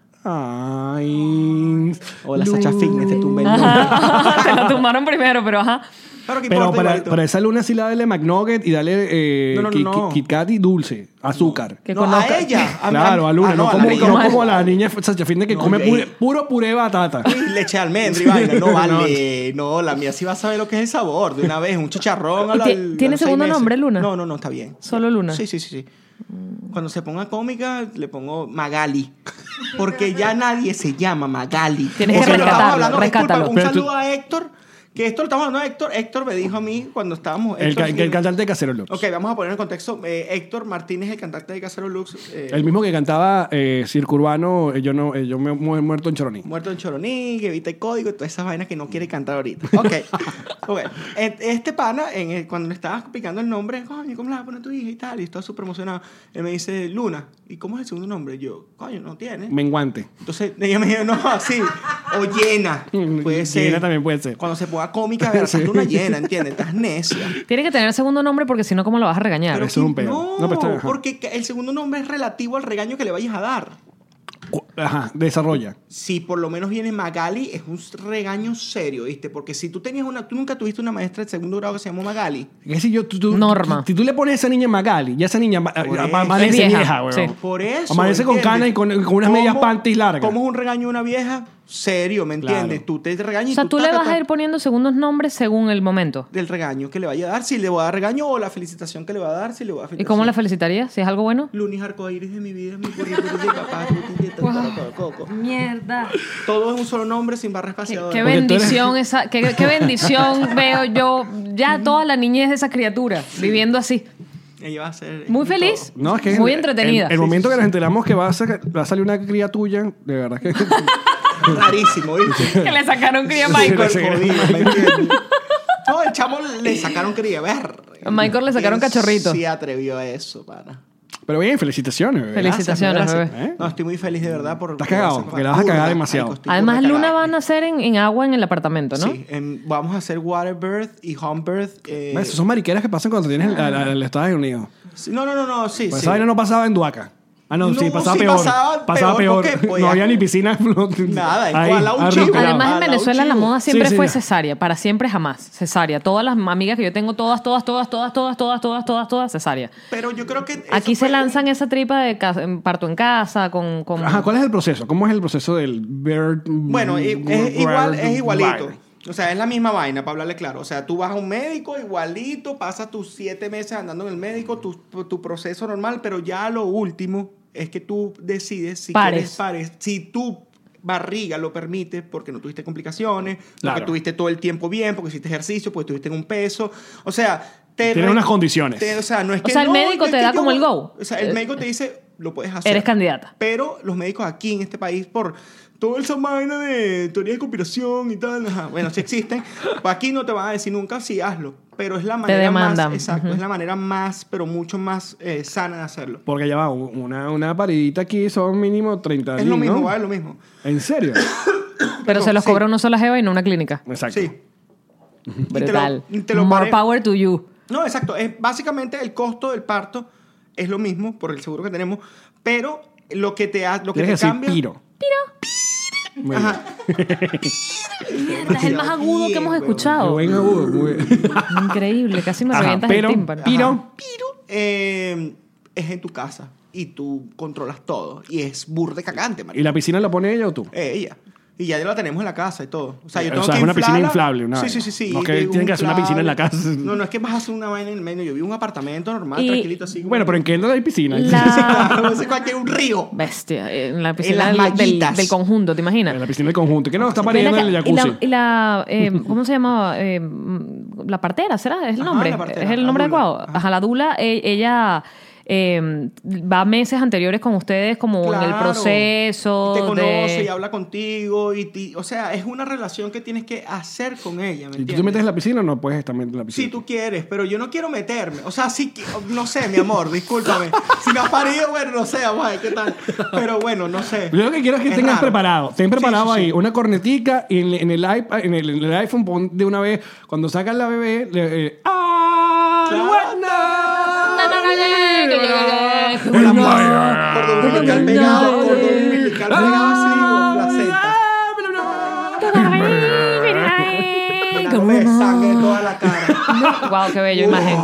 [SPEAKER 3] Ay.
[SPEAKER 4] Hola,
[SPEAKER 3] Lu-
[SPEAKER 4] Sacha Fitness, este te tumbé el nombre.
[SPEAKER 1] Ajá, te la tumbaron primero, pero ajá.
[SPEAKER 4] Pero que
[SPEAKER 3] Pero
[SPEAKER 4] importa,
[SPEAKER 3] para,
[SPEAKER 4] igualito.
[SPEAKER 3] para esa luna sí la dale McNugget y dale eh,
[SPEAKER 4] No, no, no,
[SPEAKER 3] Kit-
[SPEAKER 4] no.
[SPEAKER 3] Kit Kat y dulce, azúcar.
[SPEAKER 1] Que
[SPEAKER 4] no, a
[SPEAKER 1] conozca.
[SPEAKER 4] ella. A-
[SPEAKER 3] Claro, a Luna,
[SPEAKER 4] ah,
[SPEAKER 3] no,
[SPEAKER 4] a
[SPEAKER 3] como,
[SPEAKER 4] la niña.
[SPEAKER 3] no como la niña Sacha Fitness que
[SPEAKER 4] No,
[SPEAKER 3] come
[SPEAKER 4] ok.
[SPEAKER 3] pure- puro puré de batata.
[SPEAKER 4] Y leche de almendra y vaina. No vale. No, la mía sí va a saber lo que es el sabor de una vez. Un chicharrón. a
[SPEAKER 1] ¿Y
[SPEAKER 4] la-
[SPEAKER 1] ti-
[SPEAKER 4] al-
[SPEAKER 1] tiene
[SPEAKER 4] a los seis
[SPEAKER 1] segundo
[SPEAKER 4] meses.
[SPEAKER 1] nombre, Luna?
[SPEAKER 4] No, no, no, está bien.
[SPEAKER 1] Solo Luna. Mm.
[SPEAKER 4] Sí, sí, sí, sí. Cuando se ponga cómica, le pongo Magali. Porque ya nadie se llama Magali.
[SPEAKER 1] Tienes que
[SPEAKER 4] Eso lo estamos
[SPEAKER 1] rescatarlo,
[SPEAKER 4] hablando.
[SPEAKER 1] rescátalo.
[SPEAKER 4] Disculpa,
[SPEAKER 3] Pero
[SPEAKER 4] un
[SPEAKER 3] tú-
[SPEAKER 4] saludo a Héctor. Que esto lo estamos hablando a Héctor. Héctor me dijo a mí cuando estábamos.
[SPEAKER 3] El,
[SPEAKER 4] Héctor
[SPEAKER 3] ca- que el
[SPEAKER 4] Gil-
[SPEAKER 3] cantante de Casero Lux.
[SPEAKER 4] Ok, vamos a poner en contexto. eh, Héctor Martínez, el cantante de Casero Lux. eh,
[SPEAKER 3] El mismo que cantaba eh, Circo Urbano, eh, yo, no, eh, yo me mu- muerto en Choroní.
[SPEAKER 4] Muerto en Choroní, que evita el código y todas esas vainas que no quiere cantar ahorita. Ok. okay. Et- Este pana, en el- cuando le estaba explicando el nombre, coño, ¿cómo la vas a poner tu hija y tal? Y estaba súper emocionado. Él me dice, Luna, ¿y cómo es el segundo nombre? Yo, coño, no tiene.
[SPEAKER 3] Menguante.
[SPEAKER 4] Entonces ella me dijo, no, así. O llena. Puede
[SPEAKER 3] Llena
[SPEAKER 4] ser.
[SPEAKER 3] también puede ser.
[SPEAKER 4] Cuando se ponga cómica, ¿verdad?
[SPEAKER 3] Sí.
[SPEAKER 4] una llena, ¿entiendes? Estás necia.
[SPEAKER 1] Tiene que tener segundo nombre porque si no, ¿cómo lo vas a regañar?
[SPEAKER 3] Pero- eso es un
[SPEAKER 4] que-
[SPEAKER 3] pedo.
[SPEAKER 4] No,
[SPEAKER 3] No, pero está bien, ajá.
[SPEAKER 4] porque el segundo nombre es relativo al regaño que le vayas a dar.
[SPEAKER 3] Cu- Ajá, desarrolla.
[SPEAKER 4] si por lo menos viene Magali, es un regaño serio, ¿viste? Porque si tú tenías una, tú nunca tuviste una maestra de segundo grado que se llamó Magali.
[SPEAKER 3] Que si yo, tú- tú-
[SPEAKER 1] Norma.
[SPEAKER 3] Si tú le pones a esa niña Magali, ya esa niña ma-
[SPEAKER 4] Por
[SPEAKER 3] a-
[SPEAKER 4] eso.
[SPEAKER 3] amanece
[SPEAKER 1] Es vieja,
[SPEAKER 3] vieja, weón.
[SPEAKER 1] sí.
[SPEAKER 4] Por eso.
[SPEAKER 3] Amanece con
[SPEAKER 4] ¿entiendes?
[SPEAKER 3] canas y con, con unas
[SPEAKER 4] ¿Cómo-
[SPEAKER 3] medias panties largas.
[SPEAKER 4] ¿Cómo es un regaño de una vieja? Serio, ¿me
[SPEAKER 3] Claro.
[SPEAKER 4] entiendes? Tú te regañas
[SPEAKER 1] o
[SPEAKER 4] y
[SPEAKER 1] sea, tú le
[SPEAKER 4] taca,
[SPEAKER 1] vas a
[SPEAKER 4] taca,
[SPEAKER 1] ir poniendo segundos nombres según el momento.
[SPEAKER 4] del regaño que le vaya a dar, si le voy a dar regaño o la felicitación que le va a dar, si le voy a
[SPEAKER 1] ¿Y cómo la
[SPEAKER 4] felicitación.
[SPEAKER 1] felicitarías? ¿Si es algo bueno?
[SPEAKER 4] Lunis arcoíris de mi vida, mi currículum de papá, tuti, teta, tara, coco.
[SPEAKER 1] Mierda.
[SPEAKER 4] Todo es un solo nombre sin barra
[SPEAKER 1] Qué,
[SPEAKER 4] espaciadora.
[SPEAKER 1] qué
[SPEAKER 3] Porque tú eres-
[SPEAKER 1] bendición esa, qué, qué bendición veo yo ya toda la niñez de esa criatura viviendo así.
[SPEAKER 4] Ella va a ser
[SPEAKER 1] Muy feliz,
[SPEAKER 3] No, es que
[SPEAKER 1] muy
[SPEAKER 3] el-
[SPEAKER 1] entretenida.
[SPEAKER 3] El, el momento que nos enteramos que va a, sa- va a salir una cría tuya, de verdad que.
[SPEAKER 4] todo. Rarísimo, ¿viste?
[SPEAKER 1] que le sacaron cría a
[SPEAKER 4] Michael
[SPEAKER 1] Michael.
[SPEAKER 4] jodido, ¿me entiendes? No, el chamo le sacaron cría ver.
[SPEAKER 1] A Michael le sacaron
[SPEAKER 4] ¿Quién
[SPEAKER 1] cachorrito.
[SPEAKER 4] Sí atrevió a eso, pana.
[SPEAKER 3] Pero bien, felicitaciones, bebé.
[SPEAKER 1] Felici- Felicitaciones,
[SPEAKER 3] bebé.
[SPEAKER 4] No, estoy muy feliz de verdad por.
[SPEAKER 3] ¿Eh? Estás cagado,
[SPEAKER 4] por esa-
[SPEAKER 3] porque la vas a cagar
[SPEAKER 4] Burda,
[SPEAKER 3] demasiado.
[SPEAKER 4] marico, estoy
[SPEAKER 1] Además,
[SPEAKER 4] burda
[SPEAKER 1] Luna
[SPEAKER 4] cagado.
[SPEAKER 1] van a hacer en, en agua en el apartamento, ¿no?
[SPEAKER 4] Sí, em, vamos a hacer water birth y home birth. eh,
[SPEAKER 3] Bueno, esas son mariqueras que pasan cuando tienes el, al- al- al Estados Unidos.
[SPEAKER 4] sí, no, no, no, no, sí.
[SPEAKER 3] Pues
[SPEAKER 4] sí.
[SPEAKER 3] esa vaina no pasaba en Duaca. Ah, no,
[SPEAKER 4] No,
[SPEAKER 3] sí, pasaba
[SPEAKER 4] sí,
[SPEAKER 3] peor.
[SPEAKER 4] pasaba peor
[SPEAKER 3] peor.
[SPEAKER 4] porque
[SPEAKER 3] no
[SPEAKER 4] podía-
[SPEAKER 3] había ni piscina flotante.
[SPEAKER 4] Nada,
[SPEAKER 3] Ahí,
[SPEAKER 4] igual a un
[SPEAKER 3] arriba.
[SPEAKER 4] chivo.
[SPEAKER 3] Pegado.
[SPEAKER 1] Además,
[SPEAKER 4] Ah,
[SPEAKER 1] en
[SPEAKER 4] la
[SPEAKER 1] Venezuela la
[SPEAKER 4] uchila.
[SPEAKER 1] moda siempre
[SPEAKER 3] Sí, sí,
[SPEAKER 1] fue
[SPEAKER 3] ya.
[SPEAKER 1] cesárea, para siempre jamás. Cesárea. Todas las amigas que yo tengo, todas, todas, todas, todas, todas, todas, todas, todas, todas, cesárea.
[SPEAKER 4] Pero yo creo que. eso
[SPEAKER 1] Aquí
[SPEAKER 4] fue
[SPEAKER 1] se lanzan esa tripa de casa- en parto en casa, con. con-
[SPEAKER 3] Ajá, ¿cuál es el proceso? ¿Cómo es el proceso del bird?
[SPEAKER 4] Bueno, i- es, igual, es igualito.
[SPEAKER 3] Vale.
[SPEAKER 4] O sea, es la misma vaina, para hablarle claro. O sea, tú vas a un médico igualito, pasas tus siete meses andando en el médico, tu, tu proceso normal, pero ya lo último es que tú decides si
[SPEAKER 1] Pares.
[SPEAKER 4] quieres pares, si tu barriga lo permite, porque no tuviste complicaciones,
[SPEAKER 3] Claro.
[SPEAKER 4] porque tuviste todo el tiempo bien, porque hiciste ejercicio, porque tuviste en un peso. O sea, te
[SPEAKER 3] Tiene
[SPEAKER 4] re-
[SPEAKER 3] unas condiciones.
[SPEAKER 4] te- o sea, no es
[SPEAKER 1] O
[SPEAKER 4] que
[SPEAKER 1] sea, el
[SPEAKER 4] no,
[SPEAKER 1] médico
[SPEAKER 4] es
[SPEAKER 1] te
[SPEAKER 4] que
[SPEAKER 1] da
[SPEAKER 4] yo-
[SPEAKER 1] como el go.
[SPEAKER 4] O sea, el
[SPEAKER 1] Eh,
[SPEAKER 4] médico te dice, lo puedes hacer.
[SPEAKER 1] Eres candidata.
[SPEAKER 4] Pero los médicos aquí en este país, por toda esa vaina de teoría de conspiración y tal, ajá, bueno, si existen, pues aquí no te van a decir nunca si hazlo. Pero es la manera más,
[SPEAKER 1] demandan.
[SPEAKER 4] exacto,
[SPEAKER 1] Ujú.
[SPEAKER 4] es la manera más, pero mucho más eh, sana de hacerlo.
[SPEAKER 3] Porque ya va, u- una, una paridita aquí son mínimo 30
[SPEAKER 4] es lo
[SPEAKER 3] mil, ¿no?
[SPEAKER 4] mismo, ¿vale? Es lo mismo.
[SPEAKER 3] ¿En serio?
[SPEAKER 1] pero se los
[SPEAKER 4] sí.
[SPEAKER 1] cobra una sola jeva y no una clínica.
[SPEAKER 3] Exacto.
[SPEAKER 4] Sí. Y te lo-
[SPEAKER 1] Brutal.
[SPEAKER 4] y te lo
[SPEAKER 1] More
[SPEAKER 4] pare-
[SPEAKER 1] power to you.
[SPEAKER 4] No, exacto. Es, básicamente el costo del parto es lo mismo por el seguro que tenemos, pero lo que te, ha- lo que
[SPEAKER 3] Tienes
[SPEAKER 4] te
[SPEAKER 3] que decir
[SPEAKER 4] cambia...
[SPEAKER 3] piro. Piro. Muy bien.
[SPEAKER 1] Mierda, Este es el más agudo que hemos
[SPEAKER 4] Bien,
[SPEAKER 1] escuchado.
[SPEAKER 3] Muy buen agudo, muy bien.
[SPEAKER 1] Increíble, casi me
[SPEAKER 3] Ajá,
[SPEAKER 1] revientas
[SPEAKER 3] pero,
[SPEAKER 1] el tímpano.
[SPEAKER 3] piro,
[SPEAKER 1] Ajá.
[SPEAKER 4] Pero eh, es en tu casa y tú controlas todo. Y es burde cagante,
[SPEAKER 3] ¿Y
[SPEAKER 4] marico.
[SPEAKER 3] la piscina la pone ella o tú?
[SPEAKER 4] Eh, ella. Y ya la tenemos en la casa y todo. O sea, yo
[SPEAKER 3] O
[SPEAKER 4] tengo
[SPEAKER 3] sea,
[SPEAKER 4] que
[SPEAKER 3] es una piscina
[SPEAKER 4] inflarla.
[SPEAKER 3] inflable, una
[SPEAKER 4] sí, sí,
[SPEAKER 3] vaina.
[SPEAKER 4] sí, sí.
[SPEAKER 3] No es que
[SPEAKER 4] tengo
[SPEAKER 3] tienen que hacer una piscina en la
[SPEAKER 4] inflable.
[SPEAKER 3] casa.
[SPEAKER 4] No, no es que vas a hacer una vaina en el medio. Yo vivo en un apartamento normal,
[SPEAKER 1] Y- Ah.
[SPEAKER 4] tranquilito, así.
[SPEAKER 3] Bueno, pero en qué hay piscina.
[SPEAKER 1] La
[SPEAKER 4] Claro, ese cualquier un río.
[SPEAKER 1] bestia, en la piscina
[SPEAKER 4] las
[SPEAKER 1] del- del,
[SPEAKER 4] mallitas.
[SPEAKER 1] del conjunto, ¿te imaginas?
[SPEAKER 3] En la piscina del conjunto. Que no, está pariendo en
[SPEAKER 1] Ven
[SPEAKER 3] el
[SPEAKER 1] acá,
[SPEAKER 3] jacuzzi.
[SPEAKER 1] y la, y la, eh, ¿cómo se llamaba? Eh, mm, la partera, ¿será? ¿Es el
[SPEAKER 4] Ajá,
[SPEAKER 1] nombre?
[SPEAKER 4] la partera,
[SPEAKER 1] ¿Es el
[SPEAKER 4] la
[SPEAKER 1] nombre
[SPEAKER 4] dula.
[SPEAKER 1] adecuado?
[SPEAKER 4] Ajá.
[SPEAKER 1] Ajá, la Dula, eh, ella eh, va meses anteriores con ustedes como en el
[SPEAKER 4] Claro.
[SPEAKER 1] proceso.
[SPEAKER 4] Y te conoce
[SPEAKER 1] de-
[SPEAKER 4] y habla contigo. y ti- O sea, es una relación que tienes que hacer con ella. ¿me
[SPEAKER 3] Si tú te
[SPEAKER 4] entiendes?
[SPEAKER 3] metes en la piscina, no puedes estar metido en la piscina.
[SPEAKER 4] Si tú quieres, pero yo no quiero meterme. O sea, sí que, no sé, mi amor, discúlpame. Si me has parido, bueno, no sé, vamos a ver qué tal. Pero bueno, no sé.
[SPEAKER 3] Yo lo que quiero es que
[SPEAKER 4] Es
[SPEAKER 3] tengas
[SPEAKER 4] raro.
[SPEAKER 3] preparado. Ten
[SPEAKER 4] Sí,
[SPEAKER 3] preparado
[SPEAKER 4] sí, sí.
[SPEAKER 3] ahí una cornetica y en, en el iP- en, el, en el iPhone pon de una vez. Cuando sacas la bebé, le, eh, ¡Ah!
[SPEAKER 4] Claro.
[SPEAKER 3] ¡Buena!
[SPEAKER 4] Por la
[SPEAKER 3] ¡Buena!
[SPEAKER 4] mano, cordón umbilical pegado,
[SPEAKER 1] no,
[SPEAKER 4] cordón
[SPEAKER 1] no.
[SPEAKER 4] umbilical pegado así, con placenta. Una
[SPEAKER 1] Como-
[SPEAKER 4] gota de sangre en toda la cara.
[SPEAKER 1] Wow, qué bello, imagen.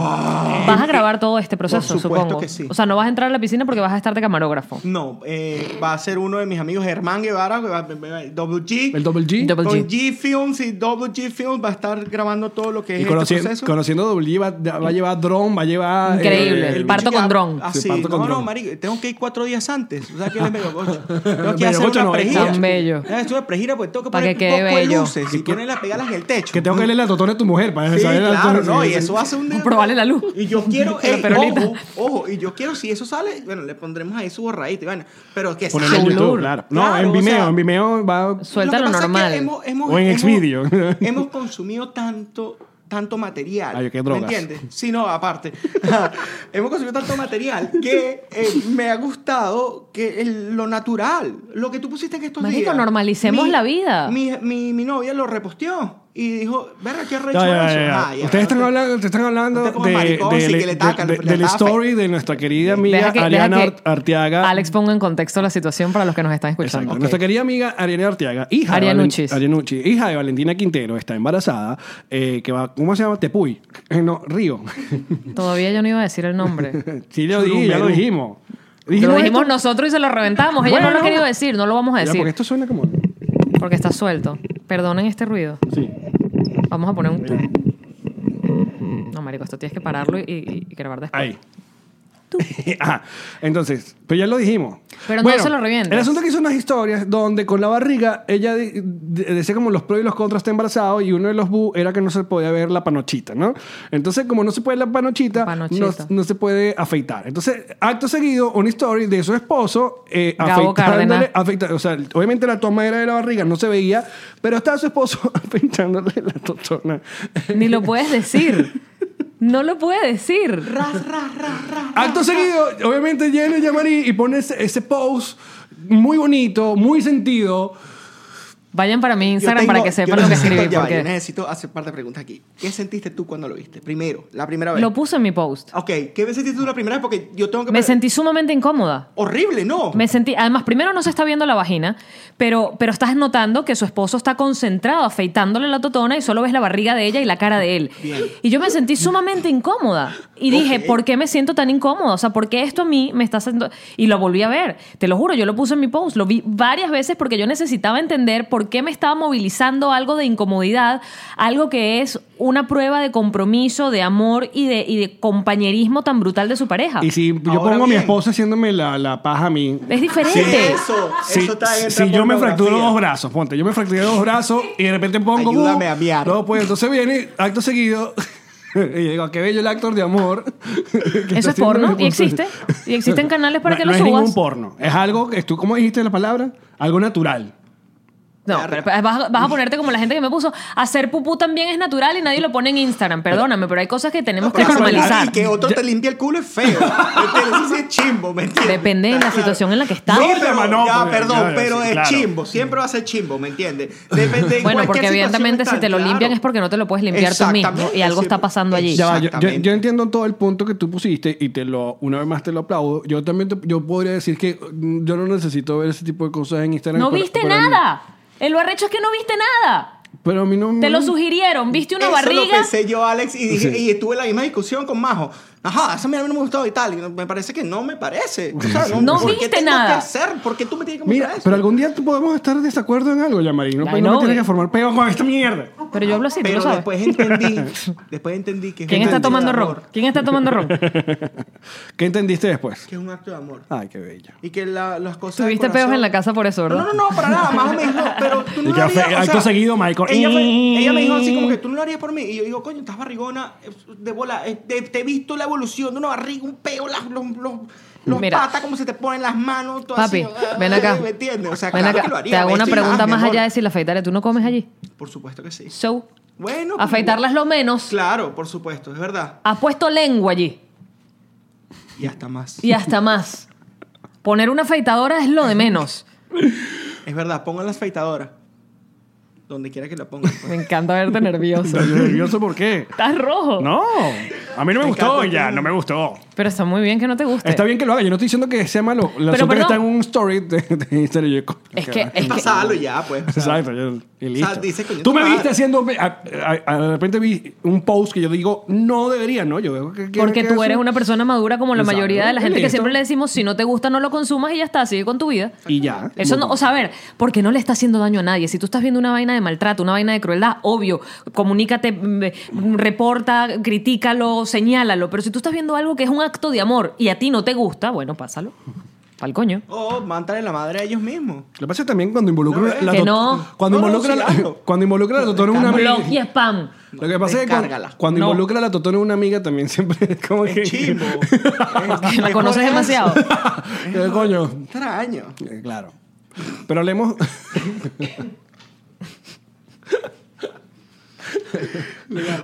[SPEAKER 1] Vas a grabar todo este proceso,
[SPEAKER 4] Por supuesto
[SPEAKER 1] supongo.
[SPEAKER 4] que sí.
[SPEAKER 1] O sea, no vas a entrar a la piscina porque vas a estar de camarógrafo.
[SPEAKER 4] No, eh, va a ser uno de mis amigos, Germán Guevara, que va, WG.
[SPEAKER 3] El double G.
[SPEAKER 1] Double
[SPEAKER 4] Con
[SPEAKER 1] G.
[SPEAKER 4] G Films y WG Films va a estar grabando todo lo que es
[SPEAKER 3] Y
[SPEAKER 4] este
[SPEAKER 3] conociendo,
[SPEAKER 4] proceso.
[SPEAKER 3] conociendo Double G va, va a llevar drone, va a llevar.
[SPEAKER 1] Increíble.
[SPEAKER 3] eh,
[SPEAKER 1] El parto con dron.
[SPEAKER 4] Así.
[SPEAKER 3] Sí, parto con
[SPEAKER 4] no, no,
[SPEAKER 3] dron.
[SPEAKER 4] marico, tengo que ir cuatro días antes. O sea, que es medio gocho. Tengo que
[SPEAKER 3] Medio
[SPEAKER 4] hacer
[SPEAKER 3] gocho
[SPEAKER 4] una
[SPEAKER 3] no, es
[SPEAKER 4] prejira.
[SPEAKER 1] tan bello.
[SPEAKER 4] Ya, Esto de prejira, pues tengo que
[SPEAKER 1] Pa'
[SPEAKER 4] poner
[SPEAKER 1] que quede
[SPEAKER 4] poco de
[SPEAKER 1] bello.
[SPEAKER 4] luces y poner las pegalas en el techo.
[SPEAKER 3] que tengo que leer la totona de tu mujer para
[SPEAKER 4] Sí,
[SPEAKER 3] saber la
[SPEAKER 4] claro,
[SPEAKER 3] totona.
[SPEAKER 4] no, y eso hace un...
[SPEAKER 1] Probarle la luz.
[SPEAKER 4] Y yo quiero,
[SPEAKER 1] Con la
[SPEAKER 4] ey,
[SPEAKER 1] perolita.
[SPEAKER 4] ojo, ojo, y yo quiero, si eso sale, bueno, le pondremos ahí su borradito y vaina. Pero que
[SPEAKER 3] Ponerlo en
[SPEAKER 4] salga.
[SPEAKER 3] YouTube, claro. No,
[SPEAKER 4] Claro,
[SPEAKER 3] en
[SPEAKER 4] o
[SPEAKER 3] Vimeo,
[SPEAKER 4] sea,
[SPEAKER 3] en Vimeo va.
[SPEAKER 1] Suelta lo
[SPEAKER 4] que pasa es que
[SPEAKER 1] normal.
[SPEAKER 4] hemos- hemos-
[SPEAKER 3] O en
[SPEAKER 4] hemos-
[SPEAKER 3] Xvideo.
[SPEAKER 4] Hemos consumido tanto tanto material.
[SPEAKER 3] Ay, qué
[SPEAKER 4] ¿me
[SPEAKER 3] drogas.
[SPEAKER 4] entiendes? Sí, no, aparte. hemos consumido tanto material que eh, me ha gustado que el- lo natural, lo que tú pusiste en estos
[SPEAKER 1] Marico,
[SPEAKER 4] días.
[SPEAKER 1] normalicemos la vida.
[SPEAKER 4] Mi, mi, mi novia lo reposteó y dijo, verga, qué recho
[SPEAKER 3] Ya, ya,
[SPEAKER 4] eso".
[SPEAKER 3] ya, ya.
[SPEAKER 4] Ah, ya,
[SPEAKER 3] Ustedes están
[SPEAKER 4] no te-
[SPEAKER 3] hablando, te están hablando
[SPEAKER 4] no te pongas
[SPEAKER 3] de,
[SPEAKER 4] maricón,
[SPEAKER 3] de-
[SPEAKER 4] sí,
[SPEAKER 3] de-
[SPEAKER 4] que le
[SPEAKER 3] de-
[SPEAKER 4] taca,
[SPEAKER 3] de-
[SPEAKER 4] le
[SPEAKER 3] del
[SPEAKER 4] tapa.
[SPEAKER 3] story de nuestra querida amiga
[SPEAKER 1] Deja que- deja
[SPEAKER 3] Ariana
[SPEAKER 1] que
[SPEAKER 3] Ar- Arteaga.
[SPEAKER 1] Alex ponga en contexto la situación para los que nos están
[SPEAKER 3] Exacto.
[SPEAKER 1] escuchando.
[SPEAKER 3] Nuestra querida amiga Ariana Arteaga, hija, de
[SPEAKER 1] Arianuchis.
[SPEAKER 3] Valen- Arianuchis, hija de Valentina Quintero, está embarazada, eh, que va, ¿cómo se llama? Tepuy. Eh, no, Río.
[SPEAKER 1] Todavía yo no iba a decir el nombre.
[SPEAKER 3] sí, lo dije, ya
[SPEAKER 4] Churumberú.
[SPEAKER 3] lo dijimos.
[SPEAKER 1] Lo dijimos
[SPEAKER 3] esto?
[SPEAKER 1] nosotros y se lo reventamos. Ella no lo
[SPEAKER 3] Bueno.
[SPEAKER 1] ha querido decir, no lo vamos a
[SPEAKER 3] Ya,
[SPEAKER 1] decir. Porque,
[SPEAKER 3] porque esto suena como...
[SPEAKER 1] está suelto. Perdonen este ruido.
[SPEAKER 3] Sí.
[SPEAKER 1] Vamos a poner un. No, marico, esto tienes que pararlo y, y- y grabar después.
[SPEAKER 3] Ahí. Ajá. Entonces, pero ya lo dijimos.
[SPEAKER 1] Pero no se lo revientes.
[SPEAKER 3] El asunto es que hizo unas historias donde con la barriga ella de- de- decía como los pros y los contras está embarazado y uno de los bu era que no se podía ver la panochita, ¿no? Entonces, como no se puede la panochita,
[SPEAKER 1] Panochita.
[SPEAKER 3] No, no se puede afeitar. Entonces, acto seguido, una story de su esposo eh,
[SPEAKER 1] Gabo Cárdenas.
[SPEAKER 3] afeitándole, afeita- o sea, obviamente la toma era de la barriga, no se veía, pero estaba su esposo afeitándole la totona.
[SPEAKER 1] Ni lo puedes decir. No lo puede decir.
[SPEAKER 3] Acto seguido, obviamente Jenny llama y y pone ese, ese post muy bonito, muy sentido.
[SPEAKER 1] Vayan para mi
[SPEAKER 4] Yo
[SPEAKER 1] Instagram
[SPEAKER 4] tengo-
[SPEAKER 1] para que
[SPEAKER 4] yo
[SPEAKER 1] sepan lo que
[SPEAKER 4] necesito-
[SPEAKER 1] escribí.
[SPEAKER 4] ya va, yo
[SPEAKER 1] Porque
[SPEAKER 4] necesito hacer un par de preguntas aquí. ¿Qué sentiste tú cuando lo viste? Primero, la primera vez.
[SPEAKER 1] lo puse en mi post.
[SPEAKER 4] Ok, ¿qué sentiste tú la primera vez? Porque yo tengo que...
[SPEAKER 1] Me sentí sumamente incómoda.
[SPEAKER 4] Horrible, ¿no?
[SPEAKER 1] Me sentí, además, primero no se está viendo la vagina, pero, pero estás notando que su esposo está concentrado afeitándole la totona y solo ves la barriga de ella y la cara de él.
[SPEAKER 4] Bien.
[SPEAKER 1] Y yo me sentí sumamente incómoda. Y dije,
[SPEAKER 4] Ok.
[SPEAKER 1] ¿por qué me siento tan incómoda? O sea, ¿por qué esto a mí me está haciendo...? Y lo volví a ver, te lo juro, yo lo puse en mi post, lo vi varias veces porque yo necesitaba entender por qué me estaba movilizando algo de incomodidad, algo que es una prueba de compromiso, de amor y de, y de compañerismo tan brutal de su pareja.
[SPEAKER 3] Y si yo
[SPEAKER 4] Ahora
[SPEAKER 3] pongo a mi
[SPEAKER 4] bien.
[SPEAKER 3] esposa haciéndome la, la paja a mí.
[SPEAKER 1] Es
[SPEAKER 4] Sí,
[SPEAKER 1] diferente.
[SPEAKER 4] eso,
[SPEAKER 3] Si,
[SPEAKER 4] eso está en
[SPEAKER 3] si yo me fracturo dos brazos, ponte, yo me fracturé dos brazos y de repente pongo.
[SPEAKER 4] Ayúdame
[SPEAKER 3] uh,
[SPEAKER 4] a miar.
[SPEAKER 3] No, pues entonces viene, acto seguido. y yo digo, "Ah, qué bello el actor de amor. que está
[SPEAKER 1] Eso es
[SPEAKER 3] haciendo
[SPEAKER 1] porno
[SPEAKER 3] mi
[SPEAKER 1] y existe. Y existen canales para
[SPEAKER 3] No-
[SPEAKER 1] que lo
[SPEAKER 3] no
[SPEAKER 1] subas.
[SPEAKER 3] Es ningún porno. Es algo, que tú, ¿cómo dijiste la palabra? Algo natural.
[SPEAKER 1] No, pero vas, a- vas a ponerte como la gente que me puso. Hacer pupú también es natural y nadie lo pone en Instagram. Perdóname, pero hay cosas que tenemos que
[SPEAKER 4] Pero eso,
[SPEAKER 1] normalizar.
[SPEAKER 4] Y que otro te limpie el culo es feo. ¿me entiendes? Eso sí es chimbo, ¿me entiendes?
[SPEAKER 1] Depende de la situación en la que estás.
[SPEAKER 4] No,
[SPEAKER 3] Sí,
[SPEAKER 4] pero,
[SPEAKER 3] pero no,
[SPEAKER 4] ya,
[SPEAKER 3] porque-
[SPEAKER 4] perdón,
[SPEAKER 3] claro,
[SPEAKER 4] pero
[SPEAKER 3] sí,
[SPEAKER 4] es
[SPEAKER 3] claro.
[SPEAKER 4] chimbo. Siempre va a ser chimbo, ¿me entiendes? Depende de
[SPEAKER 1] Bueno,
[SPEAKER 4] cualquier
[SPEAKER 1] porque
[SPEAKER 4] situación
[SPEAKER 1] evidentemente
[SPEAKER 4] está,
[SPEAKER 1] si te lo
[SPEAKER 4] claro.
[SPEAKER 1] limpian es porque no te lo puedes limpiar tú mismo,
[SPEAKER 4] Exactamente,
[SPEAKER 1] y algo está
[SPEAKER 4] siempre.
[SPEAKER 1] pasando allí.
[SPEAKER 3] Ya va, Ah, yo, yo,
[SPEAKER 4] Exactamente.
[SPEAKER 3] yo entiendo todo el punto que tú pusiste y te lo, una vez más te lo aplaudo. Yo también te- yo podría decir que mm, yo no necesito ver ese tipo de cosas en Instagram.
[SPEAKER 1] No
[SPEAKER 3] pero-
[SPEAKER 1] viste
[SPEAKER 3] pero a mí-
[SPEAKER 1] nada. El barrecho es que no viste nada.
[SPEAKER 3] Pero a mí no
[SPEAKER 1] Te lo
[SPEAKER 3] no-
[SPEAKER 1] sugirieron. Viste una
[SPEAKER 4] Mm. eso lo
[SPEAKER 1] barriga.
[SPEAKER 4] pensé yo, Alex, y, dije,
[SPEAKER 3] Sí.
[SPEAKER 4] y estuve en la misma discusión con Majo. Ajá, eso a mí no me gustó y tal. y me parece que no me parece. O sea,
[SPEAKER 1] No
[SPEAKER 4] ¿por qué
[SPEAKER 1] viste
[SPEAKER 4] tengo
[SPEAKER 1] nada.
[SPEAKER 4] Que hacer? ¿Por qué tú me tienes que
[SPEAKER 3] Mira,
[SPEAKER 4] mostrar eso?
[SPEAKER 3] pero algún día tú podemos estar en desacuerdo en algo, ya Marín. No,
[SPEAKER 1] Ay,
[SPEAKER 3] Pues no
[SPEAKER 1] no,
[SPEAKER 3] me tienes
[SPEAKER 1] eh.
[SPEAKER 3] que formar peo con esta mierda.
[SPEAKER 1] Pero yo hablo así, tú
[SPEAKER 4] Pero
[SPEAKER 1] lo sabes.
[SPEAKER 4] después entendí, después entendí que es
[SPEAKER 1] ¿Quién
[SPEAKER 4] un
[SPEAKER 1] está
[SPEAKER 4] acto de
[SPEAKER 1] tomando
[SPEAKER 4] amor,
[SPEAKER 1] ron? ¿Quién está tomando ron?
[SPEAKER 3] ¿Qué entendiste después?
[SPEAKER 4] Que es un acto de amor.
[SPEAKER 3] Ay, qué bella.
[SPEAKER 4] Y que la- las cosas. del
[SPEAKER 1] Tuviste
[SPEAKER 4] corazón-
[SPEAKER 1] peos en la casa por eso,
[SPEAKER 4] No,
[SPEAKER 1] ¿verdad?
[SPEAKER 4] no, no, para nada, más o menos. no, Pero tú no
[SPEAKER 3] Y
[SPEAKER 4] lo
[SPEAKER 3] que
[SPEAKER 4] harías.
[SPEAKER 3] fue-
[SPEAKER 4] o
[SPEAKER 3] acto
[SPEAKER 4] sea,
[SPEAKER 3] seguido, Michael. Mm.
[SPEAKER 4] Ella, fue- ella me dijo así como que tú no lo harías por mí. Y yo digo, coño, estás barrigona, eh, de bola. eh, Te, te he visto la evolución de una barriga, un peo, las, los, los, los
[SPEAKER 1] Mira.
[SPEAKER 4] patas, cómo se te ponen las manos. Todo
[SPEAKER 1] Papi,
[SPEAKER 4] así, ah,
[SPEAKER 1] ven acá.
[SPEAKER 4] ¿Me entiendes? O sea,
[SPEAKER 1] Ven
[SPEAKER 4] claro
[SPEAKER 1] acá.
[SPEAKER 4] que lo haría.
[SPEAKER 1] Te hago
[SPEAKER 4] me
[SPEAKER 1] una
[SPEAKER 4] estoy-
[SPEAKER 1] pregunta
[SPEAKER 4] ah, mi
[SPEAKER 1] más allá
[SPEAKER 4] amor.
[SPEAKER 1] de si la afeitaré. ¿Tú no comes allí?
[SPEAKER 4] Por supuesto que sí.
[SPEAKER 1] So,
[SPEAKER 4] Bueno. pues,
[SPEAKER 1] afeitarlas lo menos.
[SPEAKER 4] Claro, por supuesto, es verdad.
[SPEAKER 1] Has puesto lengua allí.
[SPEAKER 4] Y hasta más.
[SPEAKER 1] Y hasta más. Poner una afeitadora es lo de menos.
[SPEAKER 4] Es verdad, pongan la afeitadora. Donde quiera que la pongan. pues.
[SPEAKER 1] Me encanta verte nervioso.
[SPEAKER 3] Estoy nervioso por qué.
[SPEAKER 1] Estás rojo.
[SPEAKER 3] No, a mí no me, gustó
[SPEAKER 4] encanta
[SPEAKER 3] ya,
[SPEAKER 4] que-
[SPEAKER 3] no me gustó.
[SPEAKER 1] Pero está muy bien que no te guste.
[SPEAKER 3] Está bien que lo haga, yo no estoy diciendo que sea malo. La
[SPEAKER 1] Pero,
[SPEAKER 3] otra
[SPEAKER 1] perdón.
[SPEAKER 3] que está en un story de, de Instagram. y yo, coño,
[SPEAKER 1] Es
[SPEAKER 3] qué
[SPEAKER 1] que,
[SPEAKER 3] va.
[SPEAKER 1] es que
[SPEAKER 4] Pasalo ya, pues. o sea.
[SPEAKER 3] Exacto, yo- y listo.
[SPEAKER 4] dice, coño,
[SPEAKER 3] Tú
[SPEAKER 4] tu
[SPEAKER 3] me
[SPEAKER 4] madre.
[SPEAKER 3] viste haciendo. a- a- a- de repente vi un post que yo digo, no debería, ¿no? Yo veo que. que-
[SPEAKER 1] porque
[SPEAKER 3] que
[SPEAKER 1] tú
[SPEAKER 3] eso-
[SPEAKER 1] eres una persona madura como la
[SPEAKER 3] Exacto.
[SPEAKER 1] mayoría de la
[SPEAKER 3] Y
[SPEAKER 1] gente que
[SPEAKER 3] listo.
[SPEAKER 1] siempre le decimos, si no te gusta no lo consumas y ya está, sigue con tu vida.
[SPEAKER 3] Y ya.
[SPEAKER 1] Eso no, o sea, a ver, porque no le está haciendo daño a nadie. Si tú estás viendo una vaina de maltrato, una vaina de crueldad, obvio, comunícate, mm, reporta, critícalo, señálalo. Pero si tú estás viendo algo que es un acto de amor y a ti no te gusta, bueno, pásalo. Pa'l coño.
[SPEAKER 4] O mándale la madre a ellos mismos.
[SPEAKER 3] Lo que pasa es también cuando involucra
[SPEAKER 4] No, es
[SPEAKER 3] la
[SPEAKER 1] que
[SPEAKER 3] tot-
[SPEAKER 1] no.
[SPEAKER 3] Cuando
[SPEAKER 4] No, no,
[SPEAKER 3] involucra
[SPEAKER 4] sí,
[SPEAKER 3] la-
[SPEAKER 4] hazlo.
[SPEAKER 3] cuando involucra la totona en una amiga.
[SPEAKER 1] Blog y spam.
[SPEAKER 3] Lo que pasa es que cuando,
[SPEAKER 4] Descárgala.
[SPEAKER 3] cuando
[SPEAKER 1] No.
[SPEAKER 3] involucra la totona en una amiga también siempre es como que.
[SPEAKER 4] Es chimbo. Ah,
[SPEAKER 1] Que la conoces demasiado.
[SPEAKER 3] ¿Qué coño?
[SPEAKER 4] Extraño.
[SPEAKER 3] Eh, Claro. Pero hablemos.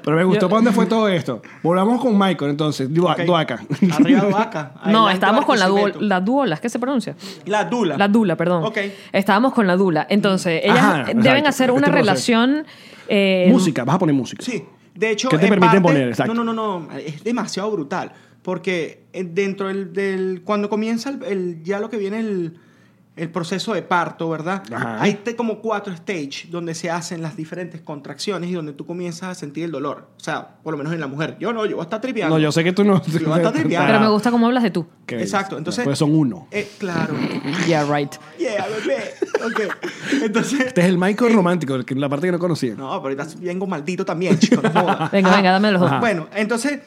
[SPEAKER 3] Pero me gustó para dónde fue todo esto. Volvamos con Michael, entonces. Dua-
[SPEAKER 4] Ok.
[SPEAKER 3] Duaca.
[SPEAKER 4] Arriba vaca.
[SPEAKER 1] No, estábamos con la, duola,
[SPEAKER 4] duola.
[SPEAKER 1] la duola, ¿qué se pronuncia?
[SPEAKER 4] La dula.
[SPEAKER 1] La dula, perdón.
[SPEAKER 4] Ok.
[SPEAKER 1] Estábamos con la dula. Entonces, ellas
[SPEAKER 3] Mm. Ajá,
[SPEAKER 1] eh,
[SPEAKER 3] exacto.
[SPEAKER 1] deben hacer una
[SPEAKER 3] Este proceso.
[SPEAKER 1] relación... eh,
[SPEAKER 3] música, vas a poner música.
[SPEAKER 4] Sí. De hecho,
[SPEAKER 3] ¿Qué te
[SPEAKER 4] en
[SPEAKER 3] permiten
[SPEAKER 4] parte-
[SPEAKER 3] poner? Exacto.
[SPEAKER 4] No, no, no, no. Es demasiado brutal. Porque eh, dentro del. del- cuando comienza el, el- ya lo que viene el, el proceso de parto, ¿verdad?
[SPEAKER 3] Ajá.
[SPEAKER 4] Hay te- como cuatro stage donde se hacen las diferentes contracciones y donde tú comienzas a sentir el dolor. O sea, por lo menos en la mujer. Yo no, yo voy a estar tripeando.
[SPEAKER 3] No, yo sé que tú no.
[SPEAKER 4] Yo voy a estar tripeando.
[SPEAKER 1] Pero me gusta cómo hablas de tú.
[SPEAKER 3] Qué
[SPEAKER 4] Exacto,
[SPEAKER 3] belleza.
[SPEAKER 4] entonces-
[SPEAKER 3] Pues son uno.
[SPEAKER 4] Eh, claro.
[SPEAKER 1] Yeah, right.
[SPEAKER 4] Yeah, bebé. Ok. Entonces.
[SPEAKER 3] Este es el Michael romántico, el que- la parte que no conocía.
[SPEAKER 4] No, pero ahorita vengo maldito también, chico. no joda.
[SPEAKER 1] Venga,
[SPEAKER 4] Ajá.
[SPEAKER 1] venga, dame los dos.
[SPEAKER 3] Ajá.
[SPEAKER 4] Bueno, entonces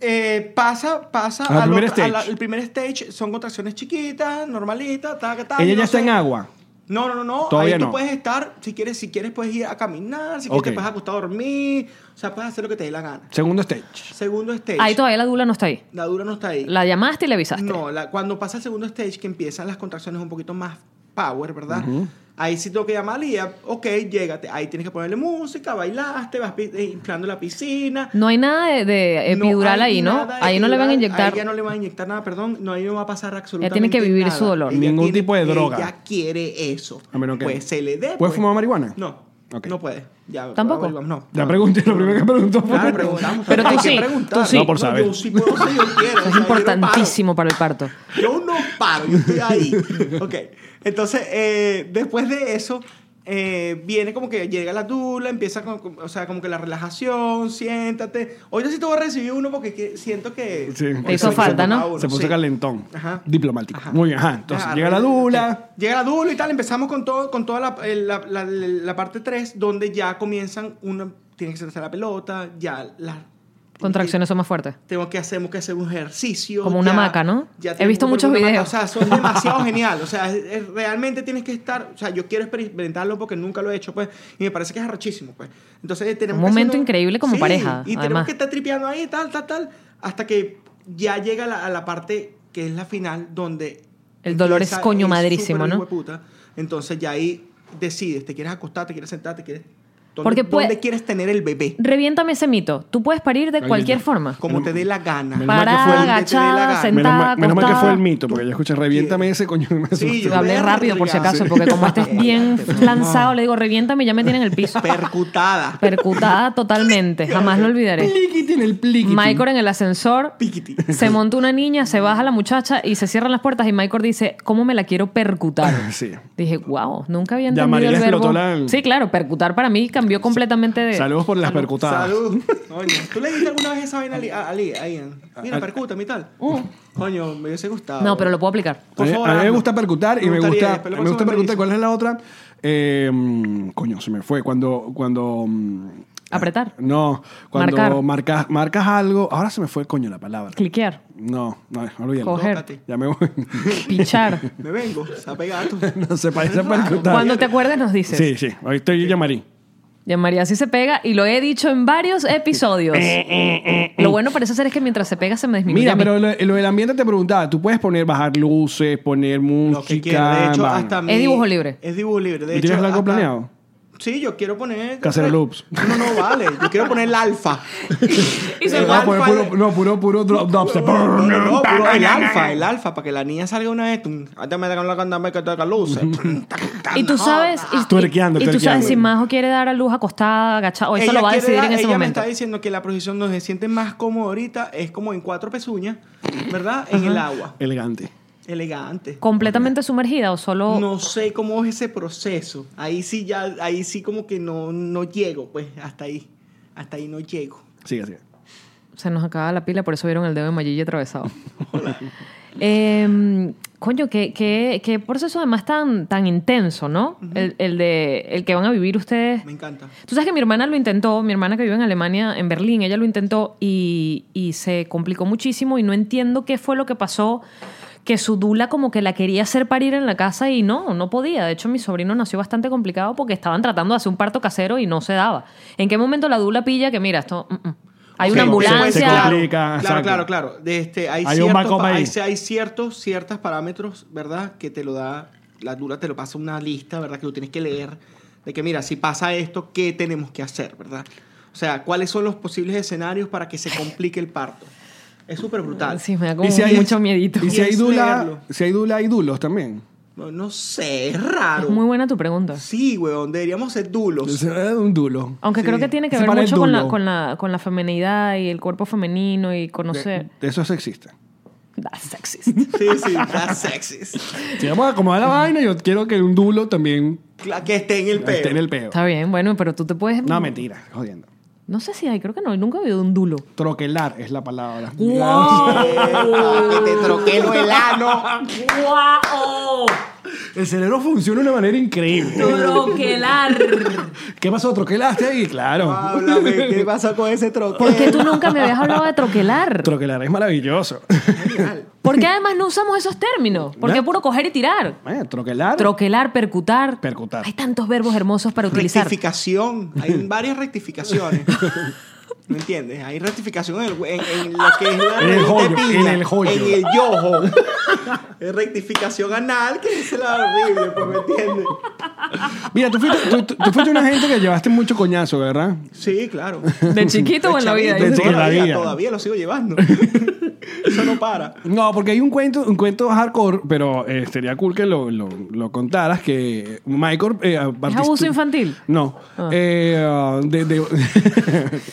[SPEAKER 4] eh, pasa, pasa
[SPEAKER 3] Al
[SPEAKER 4] al
[SPEAKER 3] primer
[SPEAKER 4] otro- a
[SPEAKER 3] stage.
[SPEAKER 4] la- el primer stage. Son contracciones chiquitas, normalitas, tal, tal.
[SPEAKER 3] Ella
[SPEAKER 4] yo
[SPEAKER 3] ya
[SPEAKER 4] no
[SPEAKER 3] está
[SPEAKER 4] sé.
[SPEAKER 3] en agua.
[SPEAKER 4] No, no, no, no.
[SPEAKER 3] Todavía
[SPEAKER 4] Ahí tú
[SPEAKER 3] no.
[SPEAKER 4] puedes estar, si quieres, si quieres puedes ir a caminar, si quieres
[SPEAKER 3] Ok.
[SPEAKER 4] te puedes acostar a dormir, o sea, puedes hacer lo que te dé la gana.
[SPEAKER 3] Segundo stage.
[SPEAKER 4] Segundo stage.
[SPEAKER 1] Ahí todavía la dula no está ahí.
[SPEAKER 4] La dura no está ahí.
[SPEAKER 1] La llamaste y le avisaste.
[SPEAKER 4] No, la- cuando pasa el segundo stage, que empiezan las contracciones un poquito más power, ¿verdad? Ahí sí tengo que llamarle y ya, ok, llégate. Ahí tienes que ponerle música, bailaste, vas pi- eh, inflando la piscina.
[SPEAKER 1] No hay nada de, de epidural
[SPEAKER 4] hay
[SPEAKER 1] ahí, ¿no?
[SPEAKER 4] nada de
[SPEAKER 1] Ahí no le van a
[SPEAKER 4] epidural,
[SPEAKER 1] inyectar.
[SPEAKER 4] Ahí ya no le van a inyectar nada, perdón. No, ahí no va a pasar absolutamente
[SPEAKER 1] tiene que vivir
[SPEAKER 4] nada.
[SPEAKER 1] su dolor.
[SPEAKER 4] Ella
[SPEAKER 3] Ningún
[SPEAKER 4] tiene-
[SPEAKER 3] tipo de droga.
[SPEAKER 4] Ella quiere eso.
[SPEAKER 3] A menos que-
[SPEAKER 4] Pues se le dé.
[SPEAKER 3] ¿Puedes
[SPEAKER 4] pues.
[SPEAKER 3] fumar marihuana?
[SPEAKER 4] No.
[SPEAKER 3] Ok.
[SPEAKER 4] No puede. Ya,
[SPEAKER 1] ¿Tampoco?
[SPEAKER 4] averiguamos, No.
[SPEAKER 3] La pregunta, lo primero que preguntó fue.
[SPEAKER 4] Claro, preguntamos.
[SPEAKER 1] Pero tú
[SPEAKER 4] hay que
[SPEAKER 1] sí,
[SPEAKER 4] preguntar.
[SPEAKER 1] tú sí. No,
[SPEAKER 3] por saber.
[SPEAKER 4] yo sí puedo, sí, yo quiero.
[SPEAKER 1] Eso
[SPEAKER 4] o
[SPEAKER 1] es
[SPEAKER 4] sea, yo no paro.
[SPEAKER 1] importantísimo para el parto.
[SPEAKER 4] Yo no paro, yo estoy ahí. Ok. Entonces, eh, después de eso, eh, viene como que llega la tula, empieza con, con- o sea, como que la relajación, siéntate. Hoy yo sí te voy a recibir uno porque que- siento que...
[SPEAKER 3] Sí.
[SPEAKER 4] hoy
[SPEAKER 1] Te hizo
[SPEAKER 4] soy yo
[SPEAKER 1] falta, ¿no?
[SPEAKER 4] a uno,
[SPEAKER 3] Se puso
[SPEAKER 4] sí.
[SPEAKER 3] calentón.
[SPEAKER 4] Ajá.
[SPEAKER 3] Diplomático.
[SPEAKER 4] Ajá.
[SPEAKER 3] Muy bien, ajá. Entonces
[SPEAKER 4] Ajá,
[SPEAKER 3] llega la
[SPEAKER 4] arregla-
[SPEAKER 3] dula.
[SPEAKER 4] Llega la dula y tal. Empezamos con, todo, con toda la, eh, la, la- la parte 3, donde ya comienzan una... Tiene que ser la pelota, ya las...
[SPEAKER 1] Contracciones son más fuertes.
[SPEAKER 4] tengo que hacer, tengo que hacer un ejercicio.
[SPEAKER 1] Como una hamaca, ¿no? He
[SPEAKER 4] tengo
[SPEAKER 1] visto
[SPEAKER 4] que-
[SPEAKER 1] muchos
[SPEAKER 4] una hamaca,
[SPEAKER 1] videos.
[SPEAKER 4] O sea, son demasiado genial. O sea, es- es- realmente tienes que estar. O sea, yo quiero experimentarlo porque nunca lo he hecho, pues. Y me parece que es arrochísimo, pues. Entonces, eh, tenemos
[SPEAKER 1] Un
[SPEAKER 4] que hacer
[SPEAKER 1] momento increíble como pareja,
[SPEAKER 4] Y tenemos
[SPEAKER 1] además.
[SPEAKER 4] que estar tripeando ahí, tal, tal, tal. Hasta que ya llega la- a la parte que es la final, donde.
[SPEAKER 1] El dolor es
[SPEAKER 4] empieza
[SPEAKER 1] coño
[SPEAKER 4] el
[SPEAKER 1] madrísimo,
[SPEAKER 4] súper
[SPEAKER 1] ¿no?
[SPEAKER 4] hijueputa. Entonces, ya ahí decides. ¿Te quieres acostar? ¿Te quieres sentar? ¿Te quieres.? ¿Dónde,
[SPEAKER 1] Porque puede-
[SPEAKER 4] ¿Dónde quieres tener el bebé?
[SPEAKER 1] Reviéntame ese mito. Tú puedes parir de
[SPEAKER 3] Ahí
[SPEAKER 1] cualquier
[SPEAKER 3] está.
[SPEAKER 1] forma.
[SPEAKER 4] Como te dé la gana.
[SPEAKER 3] Menos mal que fue
[SPEAKER 1] Parada,
[SPEAKER 3] el-
[SPEAKER 1] agachada,
[SPEAKER 4] Menos
[SPEAKER 3] Menos,
[SPEAKER 1] sentada,
[SPEAKER 3] mal, menos mal que fue
[SPEAKER 1] acostada.
[SPEAKER 3] el mito, porque yo escuché, reviéntame ese coño. me asusté.
[SPEAKER 4] yo-
[SPEAKER 1] Hablé rápido por si acaso,
[SPEAKER 4] Sí.
[SPEAKER 1] porque como estés bien
[SPEAKER 4] Cállate,
[SPEAKER 1] lanzado, le digo, reviéntame y ya me tienen el piso.
[SPEAKER 4] Percutada.
[SPEAKER 1] Percutada totalmente, jamás lo olvidaré.
[SPEAKER 3] Pliquiti en el pliquiti.
[SPEAKER 1] Michael en el ascensor,
[SPEAKER 4] Piquiti.
[SPEAKER 1] se monta una niña, se baja la muchacha y se cierran las puertas y Michael dice, ¿cómo me la quiero percutar?
[SPEAKER 3] Sí.
[SPEAKER 1] Dije, wow, nunca había
[SPEAKER 3] Ya,
[SPEAKER 1] entendido
[SPEAKER 3] María
[SPEAKER 1] el
[SPEAKER 3] le explotó
[SPEAKER 1] verbo.
[SPEAKER 3] la-
[SPEAKER 1] Sí, claro, percutar para mí cambió completamente de...
[SPEAKER 3] Saludos por las percutadas.
[SPEAKER 4] Salud. Ah, Coño, ¿tú le dijiste alguna vez esa vaina a Li- a a Li- a Ian? Mira, percútame y tal. Coño, me hubiese gustado.
[SPEAKER 1] Uh. No, pero lo puedo aplicar.
[SPEAKER 3] Eh, A
[SPEAKER 4] Por
[SPEAKER 3] mí,
[SPEAKER 4] favor,
[SPEAKER 3] a mí me
[SPEAKER 4] hazlo.
[SPEAKER 3] gusta percutar y
[SPEAKER 4] Me
[SPEAKER 3] me
[SPEAKER 4] gustaría,
[SPEAKER 3] gusta,
[SPEAKER 4] después lo
[SPEAKER 3] me gusta
[SPEAKER 4] próximo me dices.
[SPEAKER 3] percutar. ¿Cuál es la otra? Eh, mm, coño, se me fue. Cuando, cuando mm,
[SPEAKER 4] Ah,
[SPEAKER 1] Apretar,
[SPEAKER 3] no, cuando
[SPEAKER 1] Marcar.
[SPEAKER 3] marcas, marcas algo. Ahora se me fue, coño, la palabra.
[SPEAKER 1] cliquear,
[SPEAKER 3] No, no, olvídalo.
[SPEAKER 1] Coger.
[SPEAKER 4] Tócate.
[SPEAKER 3] Ya me voy.
[SPEAKER 1] pichar.
[SPEAKER 4] Me vengo, sape gato.
[SPEAKER 3] no se parece a
[SPEAKER 4] Claro.
[SPEAKER 3] percutar.
[SPEAKER 1] Cuando te acuerdes nos dices.
[SPEAKER 3] Sí, sí. Ahí estoy yo, Marí.
[SPEAKER 1] Ya María sí se pega y lo he dicho en varios episodios.
[SPEAKER 4] Eh,
[SPEAKER 1] Lo bueno parece ser es que mientras se pega se me disminuye.
[SPEAKER 3] Mira,
[SPEAKER 1] a mí.
[SPEAKER 3] pero lo, lo del ambiente te preguntaba, tú puedes poner, bajar luces, poner
[SPEAKER 4] Lo que quiero.
[SPEAKER 3] música.
[SPEAKER 4] De hecho,
[SPEAKER 3] vaina.
[SPEAKER 4] hasta
[SPEAKER 1] Es
[SPEAKER 4] mi-
[SPEAKER 1] dibujo libre.
[SPEAKER 4] Es dibujo libre. De
[SPEAKER 3] ¿Tú tienes
[SPEAKER 4] hecho,
[SPEAKER 3] algo
[SPEAKER 4] hasta-
[SPEAKER 3] planeado?
[SPEAKER 4] Sí, yo quiero poner.
[SPEAKER 3] Casero Loops.
[SPEAKER 4] No, no vale. Yo quiero poner el alfa.
[SPEAKER 1] Y se
[SPEAKER 4] El
[SPEAKER 3] Voy a
[SPEAKER 4] alfa
[SPEAKER 3] poner
[SPEAKER 4] es-
[SPEAKER 3] puro, no, puro, puro drop, dubstep.
[SPEAKER 4] No, no, no, puro el alfa, el alfa, para que la niña salga una vez. tum, hasta me da con la candama que toca luces.
[SPEAKER 1] Y tú sabes, y,
[SPEAKER 3] Tuerqueando,
[SPEAKER 1] y tú sabes
[SPEAKER 3] tuerqueando.
[SPEAKER 1] si Majo quiere dar a luz acostada, agachada, o eso
[SPEAKER 4] Ella
[SPEAKER 1] lo va a
[SPEAKER 4] quiere
[SPEAKER 1] decidir
[SPEAKER 4] dar-
[SPEAKER 1] en ese
[SPEAKER 4] ella me
[SPEAKER 1] momento.
[SPEAKER 4] está diciendo que la posición donde se siente más cómodo ahorita es como en cuatro pezuñas, ¿verdad? En el agua.
[SPEAKER 3] Elegante.
[SPEAKER 4] Elegante.
[SPEAKER 1] ¿Completamente sumergida o solo
[SPEAKER 4] No sé cómo es ese proceso. Ahí sí ya, ahí sí como que no, no llego, pues, hasta ahí. Hasta ahí no llego.
[SPEAKER 3] Sigue, sigue.
[SPEAKER 1] se nos acaba la pila? Por eso vieron el dedo de Mayilla atravesado. Em, coño, qué, qué- qué proceso además tan, tan intenso, ¿no? el, el de, el que van a vivir ustedes.
[SPEAKER 4] Me encanta.
[SPEAKER 1] Tú sabes que mi hermana lo intentó, mi hermana que vive en Alemania, en Berlín, ella lo intentó y, y se complicó muchísimo y no entiendo qué fue lo que pasó, que su dula como que la quería hacer parir en la casa y no, no podía. De hecho, mi sobrino nació bastante complicado porque estaban tratando de hacer un parto casero y no se daba. ¿En qué momento la dula pilla que mira, esto... mm, mm. Hay
[SPEAKER 4] Sí,
[SPEAKER 1] una
[SPEAKER 3] se- se
[SPEAKER 1] ambulancia.
[SPEAKER 3] complica.
[SPEAKER 4] Claro,
[SPEAKER 3] exacto.
[SPEAKER 4] claro, claro. De este, hay,
[SPEAKER 3] Hay un
[SPEAKER 4] ciertos,
[SPEAKER 3] backup
[SPEAKER 4] pa-
[SPEAKER 3] ahí.
[SPEAKER 4] hay- hay ciertos, ciertos parámetros, ¿verdad? Que te lo da, la dura te lo pasa una lista, ¿verdad? Que lo tienes que leer. De que, mira, si pasa esto, ¿qué tenemos que hacer, verdad? O sea, ¿cuáles son los posibles escenarios para que se complique el parto? Es súper brutal.
[SPEAKER 1] Sí, me da como
[SPEAKER 3] Y si hay-
[SPEAKER 1] mucho miedito.
[SPEAKER 3] Y si hay
[SPEAKER 4] Tienes
[SPEAKER 3] dula,
[SPEAKER 4] leerlo.
[SPEAKER 3] si hay dula, hay dulos también.
[SPEAKER 4] No, no sé, es raro.
[SPEAKER 1] Muy buena tu pregunta.
[SPEAKER 4] Sí, weón, deberíamos ser dulos.
[SPEAKER 3] Es un dulo.
[SPEAKER 1] Aunque creo que tiene que
[SPEAKER 3] Se
[SPEAKER 1] ver
[SPEAKER 3] para el
[SPEAKER 1] mucho con la,
[SPEAKER 3] dulo.
[SPEAKER 1] con, la, con la femenidad y el cuerpo femenino y conocer.
[SPEAKER 3] De- Eso es sexista.
[SPEAKER 1] That's sexist.
[SPEAKER 4] Sí, sí, that's sexist.
[SPEAKER 3] Si vamos a acomodar la vaina, yo quiero que un dulo también
[SPEAKER 4] Cla- Que esté en el peo.
[SPEAKER 3] esté en el peo.
[SPEAKER 1] Está bien, bueno, pero tú te puedes.
[SPEAKER 3] No, mentira, jodiendo.
[SPEAKER 1] No sé si hay, creo que no, nunca he oído un dulo.
[SPEAKER 3] Troquelar es la palabra.
[SPEAKER 4] Epa, que te troquelo el ano.
[SPEAKER 1] ¡Guau!
[SPEAKER 3] El cerebro funciona de una manera increíble.
[SPEAKER 1] ¡Troquelar!
[SPEAKER 3] ¿Qué pasó? ¿Troquelaste ahí? Claro.
[SPEAKER 4] Háblame, ¿qué pasa con ese troquelo?
[SPEAKER 1] ¿Por qué tú nunca me habías hablado de troquelar?
[SPEAKER 3] Troquelar es maravilloso.
[SPEAKER 1] Porque además no usamos esos términos? Porque
[SPEAKER 3] ¿Eh?
[SPEAKER 1] es puro coger y tirar.
[SPEAKER 3] Eh, troquelar.
[SPEAKER 1] Troquelar, percutar.
[SPEAKER 3] Percutar.
[SPEAKER 1] Hay tantos verbos hermosos para utilizar.
[SPEAKER 4] rectificación. Hay varias rectificaciones. ¿Me entiendes? Hay rectificación en, el- en- en lo que es la
[SPEAKER 3] En el joyo,
[SPEAKER 4] rodilla,
[SPEAKER 3] en el joyo.
[SPEAKER 4] En el yojo. Es rectificación anal, que es la horrible, pues, ¿me entiendes?
[SPEAKER 3] Mira, tú fuiste, tú, tú- tú fuiste una gente que llevaste mucho coñazo, ¿verdad?
[SPEAKER 4] Sí, claro.
[SPEAKER 1] De chiquito o en la vida.
[SPEAKER 4] Chavito,
[SPEAKER 3] De
[SPEAKER 1] dices.
[SPEAKER 3] chiquito.
[SPEAKER 4] toda la vida,
[SPEAKER 3] vida.
[SPEAKER 4] Todavía lo sigo llevando. Eso no para.
[SPEAKER 3] No, porque hay un cuento, un cuento hardcore, pero eh, sería cool que lo, lo- lo contaras, que Michael... eh, Batistu-
[SPEAKER 1] abuso infantil?
[SPEAKER 3] No. Eh, ah, de- de-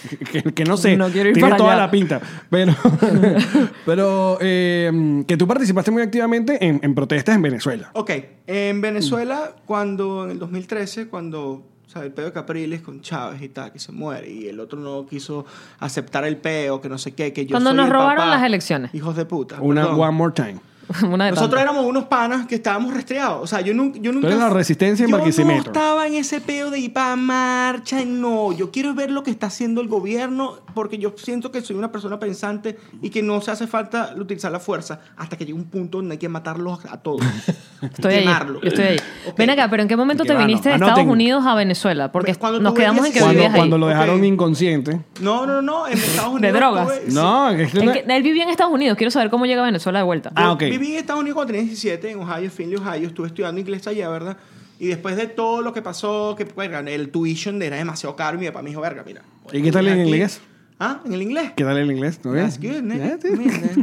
[SPEAKER 3] que, que no sé.
[SPEAKER 1] No quiero ir
[SPEAKER 3] Tiene
[SPEAKER 1] para
[SPEAKER 3] toda
[SPEAKER 1] allá.
[SPEAKER 3] la pinta. Pero, pero eh, que tú participaste muy activamente en, en protestas en Venezuela.
[SPEAKER 4] Ok, en Venezuela, cuando en el 2013, cuando o sea, el peo de Capriles con Chávez y tal, que se muere, y el otro no quiso aceptar el peo, que no sé qué, que yo
[SPEAKER 1] Cuando
[SPEAKER 4] soy
[SPEAKER 1] nos
[SPEAKER 4] el
[SPEAKER 1] robaron
[SPEAKER 4] papá.
[SPEAKER 1] las elecciones.
[SPEAKER 4] Hijos de puta.
[SPEAKER 3] Una
[SPEAKER 4] perdón.
[SPEAKER 3] One More Time.
[SPEAKER 1] Una de
[SPEAKER 4] Nosotros
[SPEAKER 1] tantas.
[SPEAKER 4] éramos unos panas que estábamos rastreados. O sea, yo nunca. Yo nunca
[SPEAKER 3] eres la resistencia en
[SPEAKER 4] yo
[SPEAKER 3] Barquisimeto.
[SPEAKER 4] no estaba en ese peo de ir para marcha. No, yo quiero ver lo que está haciendo el gobierno porque yo siento que soy una persona pensante y que no se hace falta utilizar la fuerza hasta que llegue un punto donde hay que matarlos a todos.
[SPEAKER 1] Estoy ahí.
[SPEAKER 4] Llenarlo.
[SPEAKER 1] Yo estoy ahí.
[SPEAKER 4] Ok.
[SPEAKER 1] Ven acá, pero ¿en qué momento
[SPEAKER 3] Que
[SPEAKER 1] te
[SPEAKER 3] va, no.
[SPEAKER 1] viniste de
[SPEAKER 3] Anoten.
[SPEAKER 1] Estados Unidos a Venezuela? Porque
[SPEAKER 4] Cuando
[SPEAKER 1] nos
[SPEAKER 4] tú veías
[SPEAKER 1] quedamos en que
[SPEAKER 4] dieciséis.
[SPEAKER 1] vivías
[SPEAKER 3] Cuando,
[SPEAKER 1] ahí.
[SPEAKER 3] cuando lo dejaron
[SPEAKER 4] Ok.
[SPEAKER 3] inconsciente.
[SPEAKER 4] No, no, no, no. En Estados Unidos.
[SPEAKER 1] drogas.
[SPEAKER 4] tuve-
[SPEAKER 3] No, es que
[SPEAKER 1] En
[SPEAKER 3] no-
[SPEAKER 1] que- él vivía en Estados Unidos. Quiero saber cómo llega a Venezuela de vuelta.
[SPEAKER 3] Ah, ok.
[SPEAKER 4] Viví en Estados Unidos cuando tenía 17, en Ohio, Finley, Ohio. Estuve estudiando inglés allá, ¿verdad? Y después de todo lo que pasó, que verga, el tuition era demasiado caro, y mi papá me dijo, verga, mira.
[SPEAKER 3] ¿Y qué tal en inglés?
[SPEAKER 4] ¿Ah? ¿En el inglés?
[SPEAKER 3] ¿Qué tal el inglés? ¿No
[SPEAKER 4] That's
[SPEAKER 3] ves?
[SPEAKER 4] good,
[SPEAKER 3] Yeah,
[SPEAKER 4] nigga.
[SPEAKER 3] sí.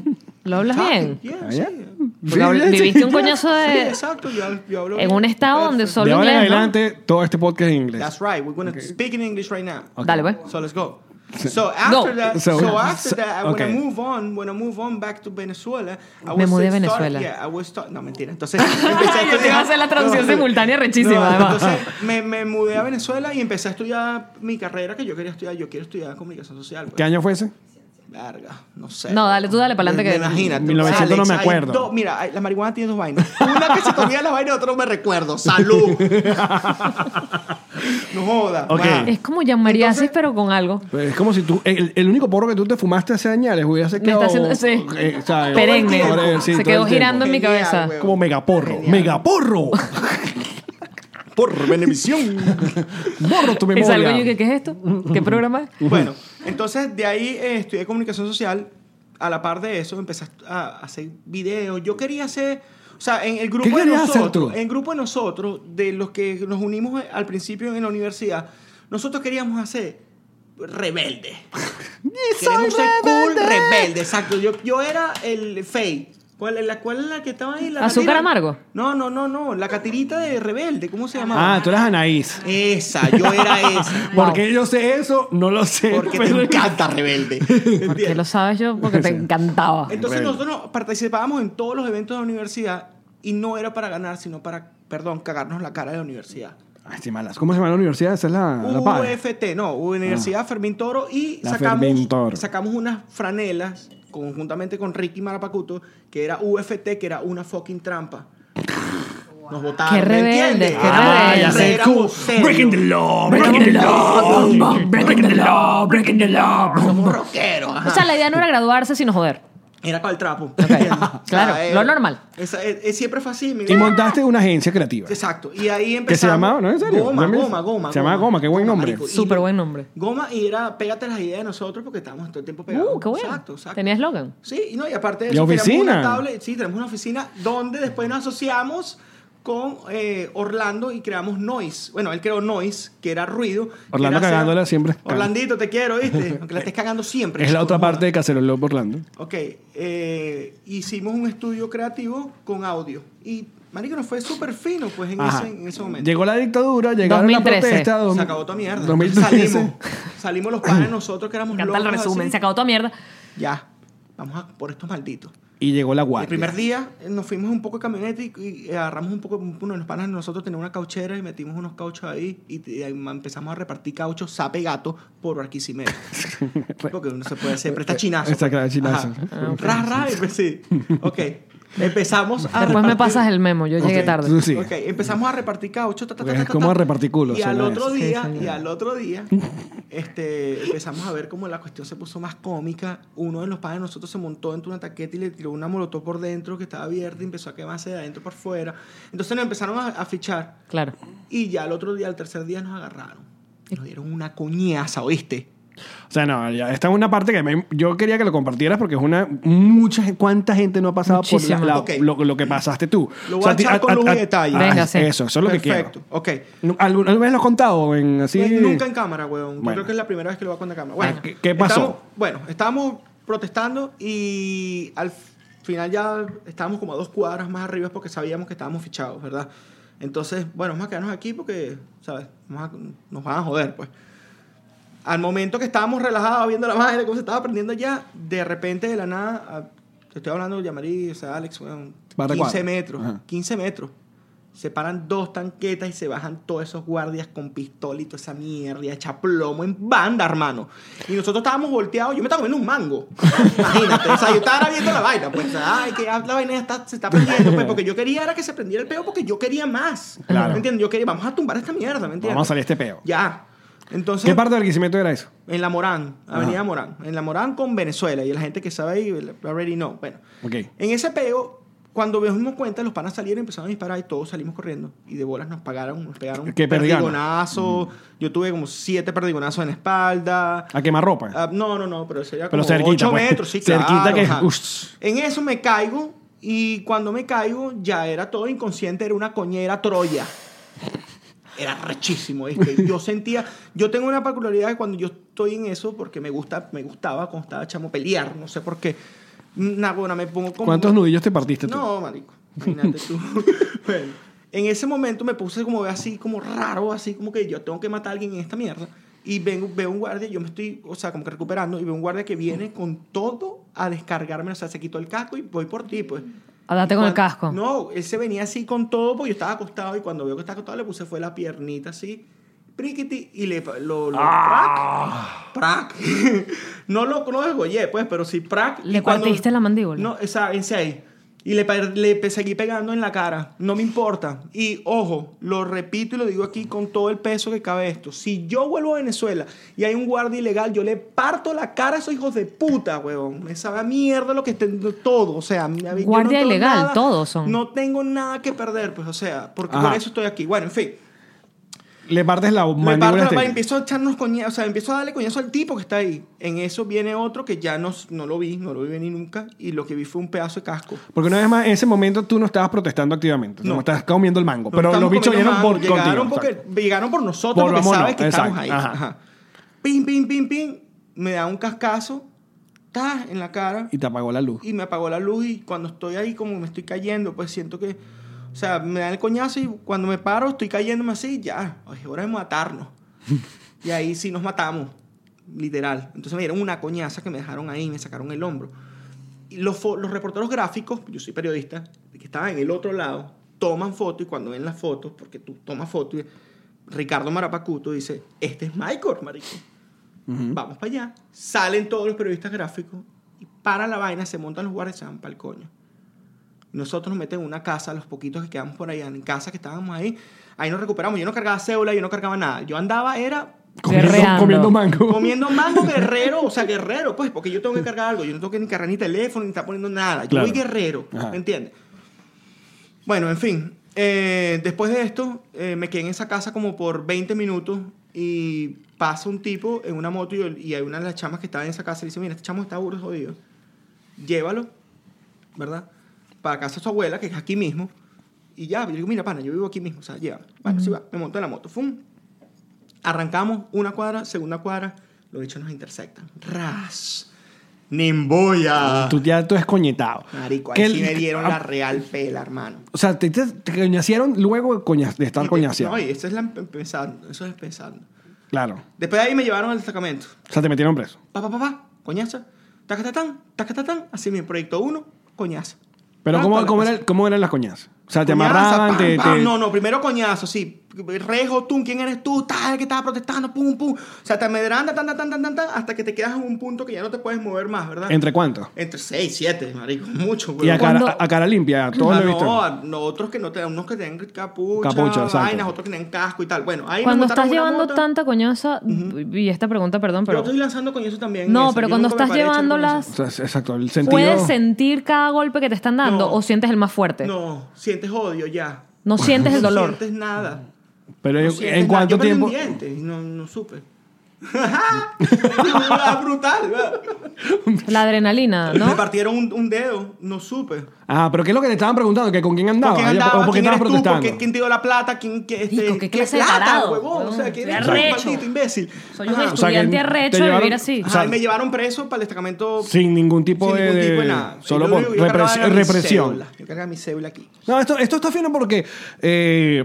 [SPEAKER 4] Man,
[SPEAKER 1] ¿Lo hablas
[SPEAKER 4] fuck
[SPEAKER 1] bien?
[SPEAKER 4] it, yeah,
[SPEAKER 3] Ah, yeah.
[SPEAKER 4] sí.
[SPEAKER 3] Sí,
[SPEAKER 1] Porque habl-
[SPEAKER 3] sí, sí.
[SPEAKER 1] viviste un coñazo
[SPEAKER 4] Sí,
[SPEAKER 1] de...
[SPEAKER 4] exacto, yo, yo hablo
[SPEAKER 1] En
[SPEAKER 4] bien.
[SPEAKER 1] un estado donde
[SPEAKER 4] Perfect.
[SPEAKER 1] solo
[SPEAKER 3] De ahora en
[SPEAKER 1] inglés, ¿no?
[SPEAKER 3] adelante, todo este podcast es en inglés.
[SPEAKER 4] That's right, we're going to speak in English right now.
[SPEAKER 1] Dale, pues.
[SPEAKER 4] So let's go. So after that,
[SPEAKER 3] So-
[SPEAKER 4] so, after
[SPEAKER 3] so-
[SPEAKER 4] that, when
[SPEAKER 3] okay.
[SPEAKER 4] I move on, when I move on back to Venezuela, I
[SPEAKER 1] Me
[SPEAKER 4] was
[SPEAKER 1] mudé a
[SPEAKER 4] start-
[SPEAKER 1] Venezuela.
[SPEAKER 4] yeah, I was start- no mentira. Entonces, empecé
[SPEAKER 1] Yo te iba a hacer la traducción simultánea rechísima, además.
[SPEAKER 4] Entonces, me, me mudé a Venezuela y empecé a estudiar mi carrera que yo quería estudiar. Yo quiero estudiar comunicación social. pues.
[SPEAKER 3] ¿Qué año fue ese?
[SPEAKER 4] Verga, no sé.
[SPEAKER 1] No, dale, tú dale pa'lante
[SPEAKER 4] Me-
[SPEAKER 1] que-
[SPEAKER 4] me Imagínate.
[SPEAKER 3] 1900 no me
[SPEAKER 4] hay
[SPEAKER 3] acuerdo.
[SPEAKER 4] dos- mira, hay- la marihuana tiene dos vainas. Una que se comía las vainas y otra no me recuerdo. ¡Salud! no joda.
[SPEAKER 3] Ok.
[SPEAKER 4] ma.
[SPEAKER 1] Es como Jan María Asís, pero con algo.
[SPEAKER 3] Pues es como si tú. El, el único porro que tú te fumaste hace años les hubiese
[SPEAKER 1] Me
[SPEAKER 3] quedado.
[SPEAKER 1] está haciendo... Sí.
[SPEAKER 3] eh, ¿sabes?
[SPEAKER 1] Perenne.
[SPEAKER 3] Por el- sí,
[SPEAKER 1] Se
[SPEAKER 3] todo
[SPEAKER 1] quedó
[SPEAKER 3] el tiempo.
[SPEAKER 1] girando en mi
[SPEAKER 4] Genial,
[SPEAKER 1] cabeza.
[SPEAKER 4] güey.
[SPEAKER 3] Como megaporro.
[SPEAKER 4] Genial.
[SPEAKER 3] ¡Megaporro!
[SPEAKER 4] Por Venevisión.
[SPEAKER 3] ¡Borro tu
[SPEAKER 1] Y
[SPEAKER 3] memoria!
[SPEAKER 1] salgo yo y que, ¿qué es esto? ¿Qué programa es?
[SPEAKER 4] bueno, entonces de ahí eh, estudié comunicación social. A la par de eso empecé a, a hacer videos. Yo quería hacer... O sea, en el grupo de
[SPEAKER 3] querías hacer
[SPEAKER 4] nosotros,
[SPEAKER 3] tú?
[SPEAKER 4] en el grupo de nosotros, de los que nos unimos eh, al principio en la universidad, nosotros queríamos hacer rebelde. Queremos ser cool, rebelde, exacto. Yo, yo era el fey. ¿Cuál, la, ¿Cuál es la que estaba ahí? La
[SPEAKER 1] ¿Azúcar
[SPEAKER 4] catira-
[SPEAKER 1] amargo?
[SPEAKER 4] No, no, no, no. La catirita de rebelde. ¿Cómo se llamaba?
[SPEAKER 3] Ah, tú eras Anaís.
[SPEAKER 4] Esa, yo era esa.
[SPEAKER 3] Porque yo sé eso, no lo sé.
[SPEAKER 4] Porque
[SPEAKER 3] pero-
[SPEAKER 4] te encanta rebelde.
[SPEAKER 1] Que
[SPEAKER 4] ¿Entiendes?
[SPEAKER 1] lo sabes yo porque te encantaba.
[SPEAKER 4] Entonces
[SPEAKER 3] Rebelde.
[SPEAKER 4] nosotros participábamos en todos los eventos de la universidad y no era para ganar, sino para, perdón, cagarnos la cara de la universidad.
[SPEAKER 3] Ay, sí, malas. ¿Cómo se llama la universidad? Esa es la, Ah, la paga.
[SPEAKER 4] UFT, no, Universidad Fermín Toro y
[SPEAKER 3] La
[SPEAKER 4] sacamos,
[SPEAKER 3] Fermín Toro.
[SPEAKER 4] sacamos unas franelas conjuntamente con Ricky Marapacuto, que era UFT, que era una fucking trampa. Nos votaron.
[SPEAKER 1] Qué
[SPEAKER 4] ¿me
[SPEAKER 1] rebelde,
[SPEAKER 4] entiendes?
[SPEAKER 1] qué
[SPEAKER 3] Ah, ya sé.
[SPEAKER 4] Éramos serios.
[SPEAKER 3] Breaking the law, breaking the law. Breaking the law, breaking the law.
[SPEAKER 4] Somos rockeros. ajá.
[SPEAKER 1] O sea, la idea no era graduarse, sino joder.
[SPEAKER 4] Era para el trapo. ¿me
[SPEAKER 1] Ok.
[SPEAKER 4] entiendes? O sea,
[SPEAKER 1] Claro,
[SPEAKER 4] eh,
[SPEAKER 1] lo normal.
[SPEAKER 4] esa- eh, eh, siempre fue así. mi
[SPEAKER 3] Y
[SPEAKER 4] vida.
[SPEAKER 3] montaste una agencia creativa.
[SPEAKER 4] Exacto. Y ahí empezamos.
[SPEAKER 3] Que Pues. se llamaba, ¿no? ¿En serio?
[SPEAKER 4] Goma,
[SPEAKER 3] Dame-
[SPEAKER 4] goma, goma.
[SPEAKER 3] Se llamaba Goma, qué buen nombre.
[SPEAKER 4] marico. Y-
[SPEAKER 1] Súper buen nombre.
[SPEAKER 4] Goma y era pégate las ideas de nosotros porque estábamos todo el tiempo pegados.
[SPEAKER 1] Uh, qué bueno.
[SPEAKER 4] Exacto, exacto.
[SPEAKER 1] Tenía eslogan.
[SPEAKER 4] Sí, y no, y aparte de
[SPEAKER 3] ¿Y
[SPEAKER 4] eso, tenemos
[SPEAKER 3] oficina?
[SPEAKER 4] una tablet- sí, tenemos una oficina donde después nos asociamos con eh, Orlando y creamos Noise. Bueno, él creó Noise, que era ruido. que
[SPEAKER 3] Orlando
[SPEAKER 4] era hacer-
[SPEAKER 3] cagándola siempre.
[SPEAKER 4] Orlandito, te quiero, ¿viste? Aunque la estés cagando siempre.
[SPEAKER 3] Es la
[SPEAKER 4] chico,
[SPEAKER 3] otra
[SPEAKER 4] no
[SPEAKER 3] parte de
[SPEAKER 4] jodas.
[SPEAKER 3] Caceroló Orlando.
[SPEAKER 4] Ok, eh, hicimos un estudio creativo con audio. Y, marico, nos fue súper fino, pues, en,
[SPEAKER 3] Ajá.
[SPEAKER 4] ese, en ese momento.
[SPEAKER 3] Llegó la dictadura, llegaron las
[SPEAKER 1] 2013.
[SPEAKER 3] protestas. dos-
[SPEAKER 4] se acabó toda mierda.
[SPEAKER 3] 2013.
[SPEAKER 4] Salimos, salimos los padres nosotros que éramos
[SPEAKER 1] Me encanta el
[SPEAKER 4] locos
[SPEAKER 1] resumen.
[SPEAKER 4] así.
[SPEAKER 1] Se acabó toda mierda.
[SPEAKER 4] Ya, vamos a por estos malditos.
[SPEAKER 3] Y llegó la
[SPEAKER 4] El
[SPEAKER 3] guardia.
[SPEAKER 4] primer día eh, nos fuimos un poco de camioneta y, y agarramos un poco, uno de los panas de nosotros tenía una cauchera y metimos unos cauchos ahí y, y ahí empezamos a repartir cauchos, sape y gato por Barquisimeto. Porque uno se puede hacer, presta chinazo.
[SPEAKER 3] Eh,
[SPEAKER 4] pues.
[SPEAKER 3] Está claro, chinazo. Ah,
[SPEAKER 4] Ajá. Ra, ra, y pues sí. Ok, empezamos a
[SPEAKER 1] Después me
[SPEAKER 4] repartir-
[SPEAKER 1] pasas el memo. Yo llegué
[SPEAKER 4] Ah, Ok.
[SPEAKER 1] tarde.
[SPEAKER 3] Tú sigue.
[SPEAKER 4] Ok, empezamos a repartir caucho. ta, ta, ta,
[SPEAKER 3] Porque es
[SPEAKER 4] ta, ta,
[SPEAKER 3] como
[SPEAKER 4] ta.
[SPEAKER 3] repartir culos,
[SPEAKER 4] Y al
[SPEAKER 3] ¿no?
[SPEAKER 4] otro
[SPEAKER 3] Sí,
[SPEAKER 4] día, y al otro día, este, empezamos a ver cómo la cuestión se puso más cómica. Uno de los padres de nosotros se montó dentro de una taqueta y le tiró una molotov por dentro que estaba abierta y empezó a quemarse de adentro por fuera. Entonces nos empezaron a, a fichar.
[SPEAKER 1] Claro.
[SPEAKER 4] Y ya al otro día, al tercer día, nos agarraron. Nos dieron una coñaza, ¿oíste?
[SPEAKER 3] O sea, no, ya, esta es una parte que me- yo quería que lo compartieras porque es una. Mucha, gen- ¿Cuánta gente no ha pasado por la- la-
[SPEAKER 4] Ok.
[SPEAKER 3] lo, lo que pasaste tú?
[SPEAKER 4] Lo voy
[SPEAKER 3] O sea,
[SPEAKER 4] a echar
[SPEAKER 3] ti-
[SPEAKER 4] con luz y detalle.
[SPEAKER 1] Venga, sí.
[SPEAKER 3] Eso, eso es lo que quiero.
[SPEAKER 4] Perfecto. Ok.
[SPEAKER 3] ¿Alguna alguna vez lo has contado en así?
[SPEAKER 4] Pues nunca en cámara, weón. Yo
[SPEAKER 3] Bueno.
[SPEAKER 4] creo que es la primera vez que lo va con la cámara. Bueno,
[SPEAKER 3] Ah, ¿qué- qué pasó?
[SPEAKER 4] estábamos- bueno, estábamos protestando y al f- final ya estábamos como a dos cuadras más arriba porque sabíamos que estábamos fichados, ¿verdad? Entonces, bueno, vamos a quedarnos aquí porque, ¿sabes? Vamos a- nos van a joder, pues. Al momento que estábamos relajados viendo la madre, cómo se estaba aprendiendo ya, de repente de la nada, a- te estoy hablando de Yamari, o sea, Alex, weón,
[SPEAKER 3] Barra
[SPEAKER 4] 15
[SPEAKER 3] cuadra.
[SPEAKER 4] metros,
[SPEAKER 3] Ajá.
[SPEAKER 4] 15 metros. Se paran dos tanquetas y se bajan todos esos guardias con pistola y toda esa mierda, hecha plomo en banda, hermano. Y nosotros estábamos volteados, yo me estaba comiendo un mango. Imagínate, o sea, yo estaba viendo la vaina, pues, ay, que ya la vaina ya está, se está prendiendo, pues, porque yo quería era que se prendiera el peo porque yo quería más.
[SPEAKER 3] Claro.
[SPEAKER 4] ¿Me entiendes? Yo quería, vamos a tumbar esta mierda, ¿me entiendes?
[SPEAKER 3] Vamos a salir este peo.
[SPEAKER 4] Ya. Entonces,
[SPEAKER 3] ¿Qué parte del Quisimeto era eso?
[SPEAKER 4] en La Morán, Avenida Morán. En La Morán con Venezuela. Y la gente que sabe ahí, already know. Bueno.
[SPEAKER 3] Ok.
[SPEAKER 4] En ese peo, cuando nos dimos cuenta, los panas salieron, empezaron a disparar y todos salimos corriendo. Y de bolas nos pagaron, nos pegaron
[SPEAKER 3] ¿Qué perdigana?
[SPEAKER 4] perdigonazo. Yo tuve como siete perdigonazos en la espalda.
[SPEAKER 3] A quemar ropa.
[SPEAKER 4] Ah, no, no, no, pero sería
[SPEAKER 3] pues. Pero
[SPEAKER 4] como
[SPEAKER 3] cerquita,
[SPEAKER 4] 8
[SPEAKER 3] pues.
[SPEAKER 4] metros, sí,
[SPEAKER 3] Cerquita
[SPEAKER 4] claro,
[SPEAKER 3] que-
[SPEAKER 4] ajá.
[SPEAKER 3] Ush.
[SPEAKER 4] En eso me caigo y cuando me caigo ya era todo inconsciente, era una coñera troya. Era rechísimo, ¿viste? Yo sentía, yo tengo una peculiaridad que cuando yo estoy en eso, porque me gusta, me gustaba cuando estaba chamo pelear, no sé por qué. Nah, bueno, me pongo como...
[SPEAKER 3] ¿Cuántos nudillos te partiste tú?
[SPEAKER 4] No, marico. Imagínate tú. bueno, en ese momento me puse como así, como raro, así como que yo tengo que matar a alguien en esta mierda. Y vengo, veo un guardia, yo me estoy, o sea, como que recuperando, y veo un guardia que viene con todo a descargarme, o sea, se quitó el casco y voy por ti, pues.
[SPEAKER 1] A darte
[SPEAKER 4] Y
[SPEAKER 1] con el
[SPEAKER 4] cuan-
[SPEAKER 1] casco.
[SPEAKER 4] No, él se venía así con todo, porque yo estaba acostado, y cuando veo que estaba acostado, le puse fue la piernita así, priquiti, y le lo, lo prac, prac. no lo no desgollé, pues, pero sí prac.
[SPEAKER 1] Le
[SPEAKER 4] y cuando-
[SPEAKER 1] partiste la mandíbula.
[SPEAKER 4] No, esa, en seis. Y le, pe- le pe- seguí pegando en la cara. No me importa. Y ojo, lo repito y lo digo aquí con todo el peso que cabe esto. Si yo vuelvo a Venezuela y hay un guardia ilegal, yo le parto la cara a esos hijos de puta, huevón. Me sabe a mierda lo que estén todo. O sea, mi- yo no
[SPEAKER 1] Guardia
[SPEAKER 4] tengo
[SPEAKER 1] ilegal, todos son.
[SPEAKER 4] No tengo nada que perder, pues, o sea, porque
[SPEAKER 3] Ajá.
[SPEAKER 4] por eso estoy aquí. Bueno, en fin.
[SPEAKER 3] Le partes la
[SPEAKER 4] Me
[SPEAKER 3] mandíbula.
[SPEAKER 4] parto la
[SPEAKER 3] este-
[SPEAKER 4] madre, empiezo a echarnos coñazo, o sea, empiezo a darle coñazo al tipo que está ahí. En eso viene otro que ya no, no lo vi, no lo vi venir nunca, y lo que vi fue un pedazo de casco.
[SPEAKER 3] Porque una vez más, en ese momento tú no estabas protestando activamente. No.
[SPEAKER 4] No.
[SPEAKER 3] estabas comiendo el mango.
[SPEAKER 4] No
[SPEAKER 3] pero
[SPEAKER 4] estamos
[SPEAKER 3] los bichos
[SPEAKER 4] comiendo
[SPEAKER 3] llegaron
[SPEAKER 4] mango,
[SPEAKER 3] por
[SPEAKER 4] llegaron
[SPEAKER 3] contigo,
[SPEAKER 4] porque
[SPEAKER 3] exacto.
[SPEAKER 4] llegaron por nosotros
[SPEAKER 3] Por
[SPEAKER 4] porque
[SPEAKER 3] vámonos,
[SPEAKER 4] sabes que estamos ahí.
[SPEAKER 3] exacto, ajá.
[SPEAKER 4] Ajá. Pim, pim, pim, pim. Me da un cascazo, ta, en la cara
[SPEAKER 3] Y te apagó la luz.
[SPEAKER 4] y me apagó la luz y cuando estoy ahí como me estoy cayendo, pues siento que, o sea, me dan el coñazo y cuando me paro estoy cayéndome así, ya, es hora de matarnos. y ahí sí nos matamos, literal. Entonces me dieron una coñaza que me dejaron ahí, me sacaron el hombro. Y los, fo- los reporteros gráficos, yo soy periodista, que estaban en el otro lado, toman fotos y cuando ven las fotos, porque tú tomas fotos, y- Ricardo Marapacuto dice, este es Michael, marico. Vamos para allá. Salen todos los periodistas gráficos y para la vaina se montan los guardias y se van para el coño. Nosotros nos meten en una casa, los poquitos que quedamos por allá, en casa que estábamos ahí, ahí nos recuperamos. Yo no cargaba cédula, yo no cargaba nada. Yo andaba, era
[SPEAKER 3] Comiendo,
[SPEAKER 1] Guerreando.
[SPEAKER 3] comiendo mango.
[SPEAKER 4] comiendo mango guerrero, o sea, guerrero, pues, porque yo tengo que cargar algo. Yo no tengo que ni cargar ni teléfono, ni estar poniendo nada. Yo
[SPEAKER 3] Claro.
[SPEAKER 4] voy guerrero,
[SPEAKER 3] Ajá.
[SPEAKER 4] ¿me entiendes? Bueno, en fin. eh, después de esto, eh, me quedé en esa casa como por 20 minutos y pasa un tipo en una moto y, yo- y hay una de las chamas que estaba en esa casa y le dice, mira, este chamo está burro jodido. Llévalo, ¿verdad? Para casa de su abuela, que es aquí mismo. Y ya, yo digo, mira, pana, yo vivo aquí mismo, o sea, llévame. Bueno, sí va, me monto en la moto. Fum, Arrancamos una cuadra, segunda cuadra, los bichos nos intersectan. ¡Ras! ¡Nimboya!
[SPEAKER 3] Tú ya tú es coñetado.
[SPEAKER 4] Marico,
[SPEAKER 3] Que
[SPEAKER 4] ahí sí
[SPEAKER 3] el-
[SPEAKER 4] me dieron
[SPEAKER 3] ah,
[SPEAKER 4] la real pela, hermano.
[SPEAKER 3] O sea, te, te, te coñaciaron luego de, coña- de estar
[SPEAKER 4] Y te-
[SPEAKER 3] coñaciado.
[SPEAKER 4] No, y eso es la empezando, eso es empezando.
[SPEAKER 3] Claro.
[SPEAKER 4] Después de ahí me llevaron al destacamento.
[SPEAKER 3] O sea, te metieron preso.
[SPEAKER 4] Pa, pa, pa, pa, coñaza, tacatatán, tacatatán, así mi proyecto 1, coñaza.
[SPEAKER 3] Pero
[SPEAKER 4] Tan,
[SPEAKER 3] ¿cómo,
[SPEAKER 4] tan,
[SPEAKER 3] cómo,
[SPEAKER 4] así.
[SPEAKER 3] era- cómo eran las coñazas? O sea, te
[SPEAKER 4] Coñazo,
[SPEAKER 3] amarraban,
[SPEAKER 4] pues. pam,
[SPEAKER 3] te...
[SPEAKER 4] pam.
[SPEAKER 3] te-
[SPEAKER 4] No, no, primero coñazo, sí. Rejo, tú, ¿quién eres tú? Tal, que estabas protestando, pum, pum. O sea, te amedranta, tan, tan, tan, tan, tan, tan, hasta que te quedas en un punto que ya no te puedes mover más, ¿verdad?
[SPEAKER 3] ¿Entre cuántos?
[SPEAKER 4] Entre 6, 7, marico, mucho,
[SPEAKER 3] Y
[SPEAKER 4] güey.
[SPEAKER 3] a cara,
[SPEAKER 1] cuando-
[SPEAKER 3] a- a cara limpia, todos
[SPEAKER 4] Ah,
[SPEAKER 3] lo he visto.
[SPEAKER 4] no, a- no, otros que no te unos que tenían capucha,
[SPEAKER 3] Capucha, exacto.
[SPEAKER 4] vainas, otros que tenían casco y tal. Bueno, ahí me
[SPEAKER 1] Cuando
[SPEAKER 4] montaron
[SPEAKER 1] estás
[SPEAKER 4] una
[SPEAKER 1] llevando
[SPEAKER 4] moto.
[SPEAKER 1] tanta coñaza, y esta pregunta, perdón,
[SPEAKER 4] Yo
[SPEAKER 1] pero...
[SPEAKER 4] estoy lanzando con eso también.
[SPEAKER 1] No,
[SPEAKER 4] esa.
[SPEAKER 1] pero
[SPEAKER 4] Yo
[SPEAKER 1] cuando
[SPEAKER 4] nunca me
[SPEAKER 1] estás
[SPEAKER 4] paré a echar con
[SPEAKER 1] llevándolas-
[SPEAKER 4] eso.
[SPEAKER 3] O sea, es- exacto, el sentido...
[SPEAKER 1] ¿Puedes sentir cada golpe que te están dando
[SPEAKER 4] No.
[SPEAKER 1] o sientes el más fuerte? No,
[SPEAKER 4] No, sientes odio ya.
[SPEAKER 1] sientes el
[SPEAKER 4] No
[SPEAKER 1] dolor.
[SPEAKER 4] sientes nada.
[SPEAKER 3] Pero
[SPEAKER 4] No
[SPEAKER 3] en-
[SPEAKER 4] sientes nada.
[SPEAKER 3] en cuánto
[SPEAKER 4] Yo perdí un
[SPEAKER 3] tiempo...
[SPEAKER 4] diente y no, no supe. Ah, brutal.
[SPEAKER 1] La adrenalina,
[SPEAKER 4] Me
[SPEAKER 1] ¿no?
[SPEAKER 4] partieron un, un dedo, no supe.
[SPEAKER 3] Ah, pero ¿qué es lo que te estaban preguntando? ¿Que ¿Con quién
[SPEAKER 4] ¿Por
[SPEAKER 3] andaba?
[SPEAKER 4] qué andaba?
[SPEAKER 3] ¿O por qué
[SPEAKER 4] ¿Quién
[SPEAKER 3] estabas
[SPEAKER 4] eres tú? ¿Por
[SPEAKER 3] protestando?
[SPEAKER 4] qué, ¿Quién te dio la plata? ¿Quién, qué, este,
[SPEAKER 1] Dico, qué clase de
[SPEAKER 4] plata,
[SPEAKER 1] tarado.
[SPEAKER 4] huevón? O sea,
[SPEAKER 1] Huevón,
[SPEAKER 4] ¿quién
[SPEAKER 1] qué
[SPEAKER 4] eres
[SPEAKER 1] arrecho.
[SPEAKER 4] tú, maldito imbécil?
[SPEAKER 1] Soy un
[SPEAKER 3] Ajá, o sea, que
[SPEAKER 1] estudiante
[SPEAKER 3] te
[SPEAKER 1] arrecho de
[SPEAKER 3] llevaron-
[SPEAKER 1] vivir así.
[SPEAKER 3] O sea,
[SPEAKER 4] Ay, me llevaron preso para el destacamento.
[SPEAKER 3] Sin ningún tipo de-
[SPEAKER 4] ningún tipo
[SPEAKER 3] de-
[SPEAKER 4] nada.
[SPEAKER 3] solo
[SPEAKER 4] Yo-
[SPEAKER 3] por
[SPEAKER 4] yo cargaba
[SPEAKER 3] represi-
[SPEAKER 4] mi
[SPEAKER 3] represión.
[SPEAKER 4] cédula. Yo cargaba mi cédula aquí.
[SPEAKER 3] No, esto, esto está fino porque eh,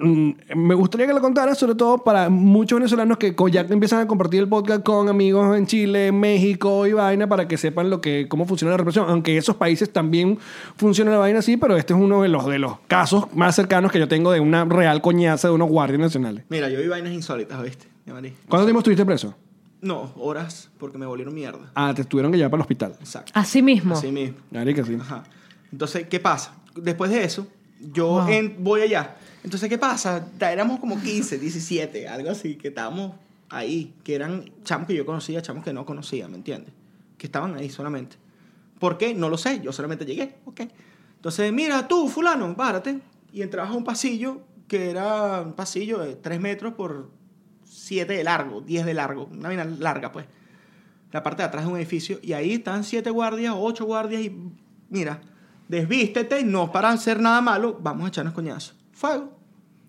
[SPEAKER 3] mm, me gustaría que lo contara, sobre todo para muchos venezolanos que co- ya empiezan a compartir el podcast con amigos en Chile, en México y vaina para que sepan lo que, cómo funciona la represión. Aunque esos países también funciona la vaina así, pero este es uno de los, de los casos más cercanos que yo tengo de una real coñaza de unos guardias nacionales.
[SPEAKER 4] Mira, yo vi vainas insólitas, ¿viste? Me marí.
[SPEAKER 3] ¿Cuánto tiempo estuviste preso?
[SPEAKER 4] No, horas, porque me volvieron mierda.
[SPEAKER 3] Ah, te tuvieron que llevar para el hospital.
[SPEAKER 4] Exacto.
[SPEAKER 1] Así mismo.
[SPEAKER 4] Así mismo.
[SPEAKER 3] Marica, sí.
[SPEAKER 4] Ajá. Entonces, ¿qué pasa? Después de eso, yo en- voy allá. Entonces, ¿qué pasa? Ta- Éramos como 15, 17, algo así, que estábamos ahí, que eran chamos que yo conocía, chamos que no conocía, ¿me entiendes? Que estaban ahí solamente. ¿Por qué? No lo sé, yo solamente llegué, ok. Entonces, mira, tú, fulano, párate. Y entrabas a un pasillo que era un pasillo de 3 metros por 7 de largo, 10 de largo, una vaina larga, pues la parte de atrás de un edificio y ahí están siete guardias, ocho guardias y mira, desvístete, no para hacer nada malo, vamos a echarnos coñazos. Fuego.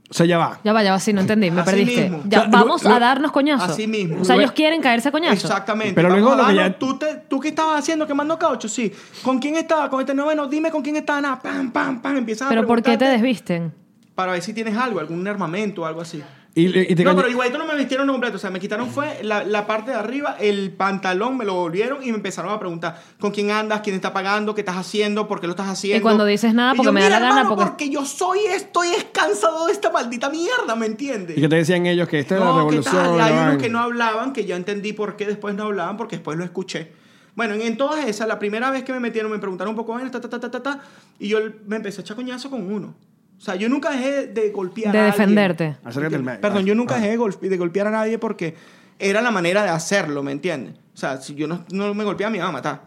[SPEAKER 3] O sea, ya va.
[SPEAKER 1] Ya va, ya va, sí, no entendí, me
[SPEAKER 4] Así
[SPEAKER 1] perdiste.
[SPEAKER 4] mismo.
[SPEAKER 1] Ya,
[SPEAKER 3] O sea,
[SPEAKER 1] vamos
[SPEAKER 3] lo- lo-
[SPEAKER 1] a darnos coñazos.
[SPEAKER 4] Así mismo.
[SPEAKER 1] O sea,
[SPEAKER 4] Lo-
[SPEAKER 1] ellos quieren caerse a coñazos.
[SPEAKER 4] Exactamente.
[SPEAKER 3] Pero luego
[SPEAKER 4] Vamos a
[SPEAKER 3] lo que
[SPEAKER 4] darnos,
[SPEAKER 3] ya-
[SPEAKER 4] ¿Tú, te, ¿Tú qué estabas haciendo? ¿Quemando caucho? Sí. ¿Con quién estaba? ¿Con este noveno? Dime con quién estaba. Nada. Pam, pam, pam. Empiezan a
[SPEAKER 1] Pero ¿por qué te
[SPEAKER 4] preguntarte
[SPEAKER 1] desvisten?
[SPEAKER 4] Para ver si tienes algo, algún armamento o algo así.
[SPEAKER 3] Y, y te
[SPEAKER 4] No,
[SPEAKER 3] cañ-
[SPEAKER 4] pero igualito no me vistieron completo. O sea, me quitaron fue la, la parte de arriba, el pantalón, me lo volvieron y me empezaron a preguntar con quién andas, quién está pagando, qué estás haciendo, por qué lo estás haciendo.
[SPEAKER 1] Y cuando dices nada,
[SPEAKER 4] Y
[SPEAKER 1] porque
[SPEAKER 4] yo,
[SPEAKER 1] me da
[SPEAKER 4] "Mira,
[SPEAKER 1] la gana,
[SPEAKER 4] hermano,
[SPEAKER 1] porque-
[SPEAKER 4] porque... yo soy, estoy cansado de esta maldita mierda, ¿me entiendes?
[SPEAKER 3] y que te decían ellos que esta es la
[SPEAKER 4] No, ¿qué
[SPEAKER 3] revolución.
[SPEAKER 4] tal?
[SPEAKER 3] la
[SPEAKER 4] Hay unos
[SPEAKER 3] vaina.
[SPEAKER 4] que no hablaban, que ya entendí por qué después no hablaban, porque después lo escuché. Bueno, en todas esas, la primera vez que me metieron, me preguntaron un poco, "Bueno, ta, ta, ta, ta, ta, ta", y yo me empecé a echar coñazo con uno. O sea, yo nunca dejé de golpear
[SPEAKER 1] De
[SPEAKER 4] a alguien.
[SPEAKER 1] defenderte.
[SPEAKER 3] Acércate al mic.
[SPEAKER 4] Perdón, yo nunca
[SPEAKER 3] Ah.
[SPEAKER 4] dejé de, golpe- de golpear a nadie porque era la manera de hacerlo, ¿me entiendes? O sea, si yo no, no me golpeaba, me iban a matar.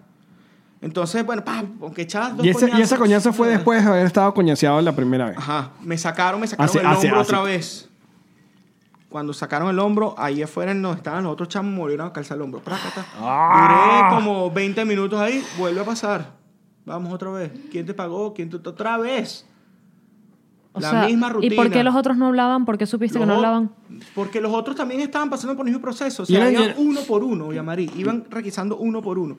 [SPEAKER 4] Entonces, bueno, pa, aunque echabas dos
[SPEAKER 3] Y, ese- y esa
[SPEAKER 4] coñazos,
[SPEAKER 3] coñaza fue después de haber estado coñaseado la primera vez.
[SPEAKER 4] Ajá, me sacaron, me sacaron
[SPEAKER 3] Hace-
[SPEAKER 4] el
[SPEAKER 3] hace-
[SPEAKER 4] hombro
[SPEAKER 3] hace.
[SPEAKER 4] otra vez. Cuando sacaron el hombro, ahí afuera en donde estaban los otros chamos, me volvieron a calzar el hombro. Prácata.
[SPEAKER 3] Ah.
[SPEAKER 4] Duré como 20 minutos ahí, vuelve a pasar. Vamos otra vez. ¿Quién te pagó? ¿Quién te otra vez?
[SPEAKER 1] O
[SPEAKER 4] La
[SPEAKER 1] sea,
[SPEAKER 4] misma rutina.
[SPEAKER 1] ¿Y por qué los otros no hablaban? ¿Por qué supiste que no
[SPEAKER 4] Los ot-
[SPEAKER 1] hablaban?
[SPEAKER 4] Porque los otros también estaban pasando por el mismo proceso. O
[SPEAKER 3] Y
[SPEAKER 4] sea,
[SPEAKER 3] eran-
[SPEAKER 4] iban uno por uno, Yamari. Iban requisando uno por uno.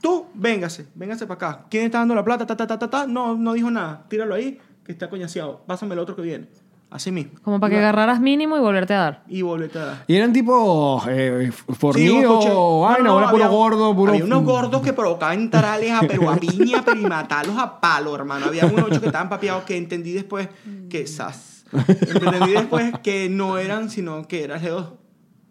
[SPEAKER 4] Tú, véngase, véngase para acá. ¿Quién está dando la plata? Ta, ta, ta, ta, ta. No, no dijo nada. Tíralo ahí, que está coñaseado. Pásame el otro que viene. Así mismo.
[SPEAKER 1] Como para que agarraras mínimo y volverte a dar.
[SPEAKER 4] Y volvete a dar.
[SPEAKER 3] Y eran tipo eh,
[SPEAKER 4] Sí,
[SPEAKER 3] fornido,
[SPEAKER 4] yo escuché- No,
[SPEAKER 3] vaina,
[SPEAKER 4] no,
[SPEAKER 3] o era puro
[SPEAKER 4] había-
[SPEAKER 3] gordo, puro.
[SPEAKER 4] Había unos gordos que provocaban tarales a pero a piña, pero y matarlos a palo, hermano. Había unos ocho que estaban papiados que entendí después que sas. Entendí después que no eran, sino que eran G2.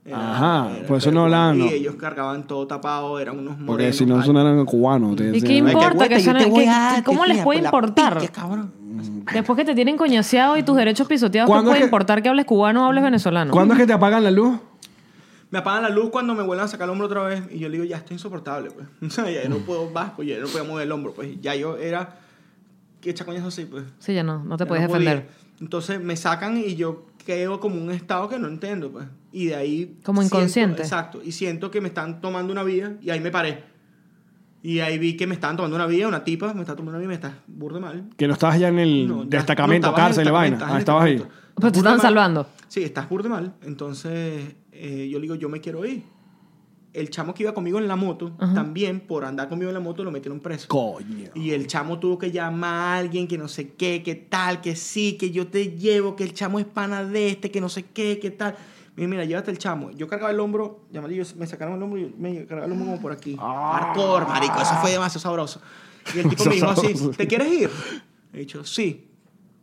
[SPEAKER 4] Era-
[SPEAKER 3] Ajá,
[SPEAKER 4] era-
[SPEAKER 3] por eso no hablaban,
[SPEAKER 4] Y
[SPEAKER 3] ¿no?
[SPEAKER 4] ellos cargaban todo tapado, eran unos morenos.
[SPEAKER 3] Porque si no
[SPEAKER 4] tal.
[SPEAKER 3] sonaran cubanos. te
[SPEAKER 1] ¿Y
[SPEAKER 3] decían,
[SPEAKER 1] qué
[SPEAKER 3] ¿no?
[SPEAKER 1] importa?
[SPEAKER 4] Alcahuete,
[SPEAKER 1] que
[SPEAKER 4] yo
[SPEAKER 1] suenen-
[SPEAKER 4] te voy
[SPEAKER 1] que-
[SPEAKER 4] a dar,
[SPEAKER 1] ¿cómo
[SPEAKER 4] que
[SPEAKER 1] les
[SPEAKER 4] mira,
[SPEAKER 1] puede
[SPEAKER 4] por la
[SPEAKER 1] importar?
[SPEAKER 4] pica, cabrón. Mm.
[SPEAKER 1] Después que te tienen coñaseado y tus derechos pisoteados, ¿qué
[SPEAKER 3] ¿Cuándo es
[SPEAKER 1] puede
[SPEAKER 3] que-
[SPEAKER 1] importar que hables cubano o
[SPEAKER 4] Mm.
[SPEAKER 1] hables venezolano?
[SPEAKER 3] ¿Cuándo es que te apagan la luz?
[SPEAKER 4] Me apagan la luz cuando me vuelven a sacar el hombro otra vez y yo le digo, ya está insoportable, pues. O sea, ya no puedo más, pues ya no podía mover el hombro, pues. Ya yo era... ¿Qué chacoñazo así, pues?
[SPEAKER 1] Sí, ya no, no te
[SPEAKER 4] Ya
[SPEAKER 1] puedes
[SPEAKER 4] no podía.
[SPEAKER 1] defender.
[SPEAKER 4] Entonces me sacan y yo quedo como en un estado que no entiendo, pues. Y de ahí.
[SPEAKER 1] Como
[SPEAKER 4] siento-
[SPEAKER 1] inconsciente.
[SPEAKER 4] exacto. Y siento que me están tomando una vida y ahí me paré. Y ahí vi que me estaban tomando una vida, una tipa me está tomando una vida y me está burde mal.
[SPEAKER 3] Que no estabas ya en el
[SPEAKER 4] No, ya-
[SPEAKER 3] Mm, destacamento,
[SPEAKER 4] no, estaba en este el
[SPEAKER 3] cárcel, y vaina.
[SPEAKER 4] destacamento,
[SPEAKER 3] Ah, estabas ahí.
[SPEAKER 4] destacamento.
[SPEAKER 1] Pero te
[SPEAKER 4] Burde
[SPEAKER 1] estaban
[SPEAKER 4] mal.
[SPEAKER 1] salvando.
[SPEAKER 4] Sí, estás burde mal. Entonces eh, yo le digo, yo me quiero ir. El chamo que iba conmigo en la moto, también por andar conmigo en la moto, lo metieron preso.
[SPEAKER 3] Coño.
[SPEAKER 4] Y el chamo tuvo que llamar a alguien que no sé qué, que tal, que sí, que yo te llevo, que el chamo es pana de este, que no sé qué, que tal. Mira, mira, llévate el chamo. Yo cargaba el hombro, llamar yo me sacaron el hombro y yo me cargaba el hombro como por aquí. Hardcore, marico, eso fue demasiado sabroso. Y el tipo me dijo así,
[SPEAKER 3] Sabroso.
[SPEAKER 4] ¿te quieres ir? He dicho, sí.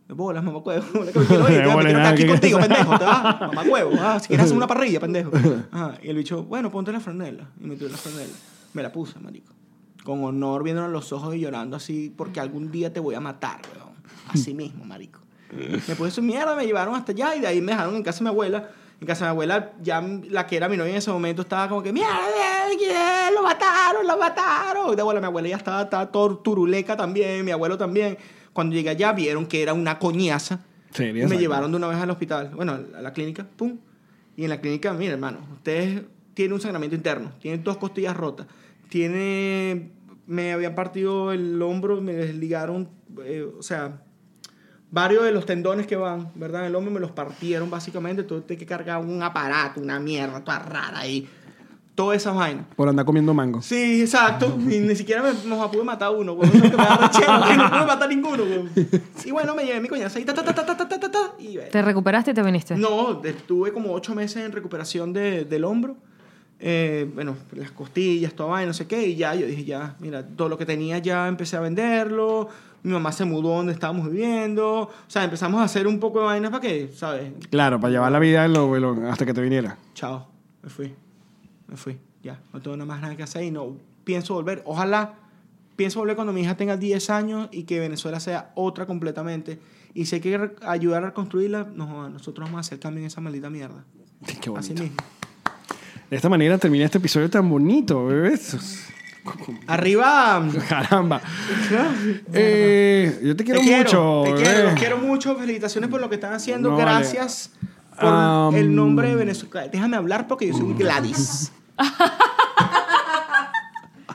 [SPEAKER 4] De bolas, mamacuevo. Hola, que me quiero ir,
[SPEAKER 3] De
[SPEAKER 4] ya me
[SPEAKER 3] bolas,
[SPEAKER 4] quiero quedar
[SPEAKER 3] nada,
[SPEAKER 4] aquí
[SPEAKER 3] que-
[SPEAKER 4] contigo, pendejo. ¿Te vas? Mamacuevo. Ah, si quieres hacer una parrilla, pendejo. Ajá. Y el bicho, bueno, ponte la franela. Y me tiró la franela. Me la puse, marico. Con honor, viéndolo a los ojos y llorando así, porque algún día te voy a matar, weón. Así mismo, marico. Me puse su mierda, me llevaron hasta allá y de ahí me dejaron en casa de mi abuela. En casa de mi abuela, ya la que era mi novia en ese momento estaba como que, mierda, yeah, lo mataron, lo mataron. Y de abuela, mi abuela ya estaba, estaba todo turuleca también, mi abuelo también. Cuando llegué allá vieron que era una coñaza.
[SPEAKER 3] Sí,
[SPEAKER 4] Y me
[SPEAKER 3] exacto.
[SPEAKER 4] llevaron de una vez al hospital, bueno, a la clínica, pum. Y en la clínica, mire, hermano, ustedes tienen un sangramiento interno, tienen dos costillas rotas, tiene. Me habían partido el hombro, me desligaron, eh, o sea, varios de los tendones que van, ¿verdad? En el hombro me los partieron básicamente, tú tienes que cargar un aparato, una mierda, toda rara ahí. Todas esas vainas.
[SPEAKER 3] Por andar comiendo mango.
[SPEAKER 4] Sí, exacto. Y ni siquiera me, nos pude matar uno, güey. Eso es lo que me da rechera, que no pude matar ninguno, güey. Y bueno, me llevé mi coñazo y ta, ta, ta, ta, ta, ta, ta, ta, y bueno.
[SPEAKER 1] ¿Te recuperaste y te viniste?
[SPEAKER 4] No, estuve como ocho meses en recuperación de- del hombro. Eh, bueno, las costillas, toda vaina, no sé qué. Y ya yo dije, ya, mira, todo lo que tenía ya empecé a venderlo. Mi mamá se mudó donde estábamos viviendo. O sea, empezamos a hacer un poco de vainas para que, ¿sabes?
[SPEAKER 3] Claro, para llevar la vida en lo- en lo- hasta que te viniera.
[SPEAKER 4] Chao, me fui. Me fui, ya. No tengo nada más nada que hacer y no pienso volver. Ojalá pienso volver cuando mi hija tenga 10 años y que Venezuela sea otra completamente. Y si hay que re- ayudar a reconstruirla, no, joda, nosotros vamos a hacer también esa maldita mierda.
[SPEAKER 3] Qué
[SPEAKER 4] Así
[SPEAKER 3] bonito.
[SPEAKER 4] mismo.
[SPEAKER 3] De esta manera termina este episodio tan bonito, bebés.
[SPEAKER 4] Arriba.
[SPEAKER 3] Caramba. Eh, yo te quiero,
[SPEAKER 4] Te quiero,
[SPEAKER 3] mucho.
[SPEAKER 4] Te
[SPEAKER 3] bebé.
[SPEAKER 4] quiero, los quiero mucho. Felicitaciones por lo que están haciendo.
[SPEAKER 3] No, vale. Ah, mm.
[SPEAKER 4] Gracias por
[SPEAKER 3] Am.
[SPEAKER 4] el nombre de Venezuela. Déjame hablar porque yo soy un Gladys.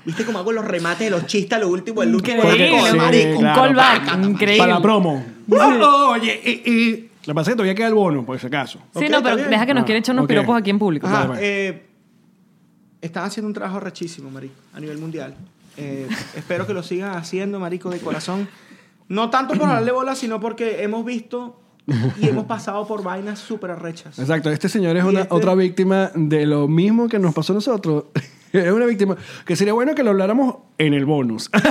[SPEAKER 4] ¿Viste cómo hago los remates de los chistes, lo último, el último?
[SPEAKER 1] Increíble,
[SPEAKER 4] el
[SPEAKER 3] Sí,
[SPEAKER 4] marico?
[SPEAKER 3] claro.
[SPEAKER 1] Un callback, increíble.
[SPEAKER 3] Para la promo. Oh, oye,
[SPEAKER 4] eh,
[SPEAKER 3] y, y- lo que pasa es que todavía queda el bono, por si acaso.
[SPEAKER 1] Sí,
[SPEAKER 4] Ok,
[SPEAKER 1] no,
[SPEAKER 4] está
[SPEAKER 1] pero
[SPEAKER 4] bien.
[SPEAKER 1] deja que nos
[SPEAKER 3] Ah,
[SPEAKER 1] quiera echar unos
[SPEAKER 3] ok.
[SPEAKER 1] piropos aquí en público.
[SPEAKER 4] Ajá,
[SPEAKER 3] Vale, vale.
[SPEAKER 4] eh, están haciendo un trabajo rechísimo, marico, a nivel mundial. Eh, espero que lo sigan haciendo, marico, de corazón. No tanto por darle bola, sino porque hemos visto y hemos pasado por vainas súper arrechas.
[SPEAKER 3] Exacto, este señor es
[SPEAKER 4] Y
[SPEAKER 3] una,
[SPEAKER 4] este-
[SPEAKER 3] otra víctima de lo mismo que nos pasó a nosotros. es una víctima que sería bueno que lo habláramos en el bonus.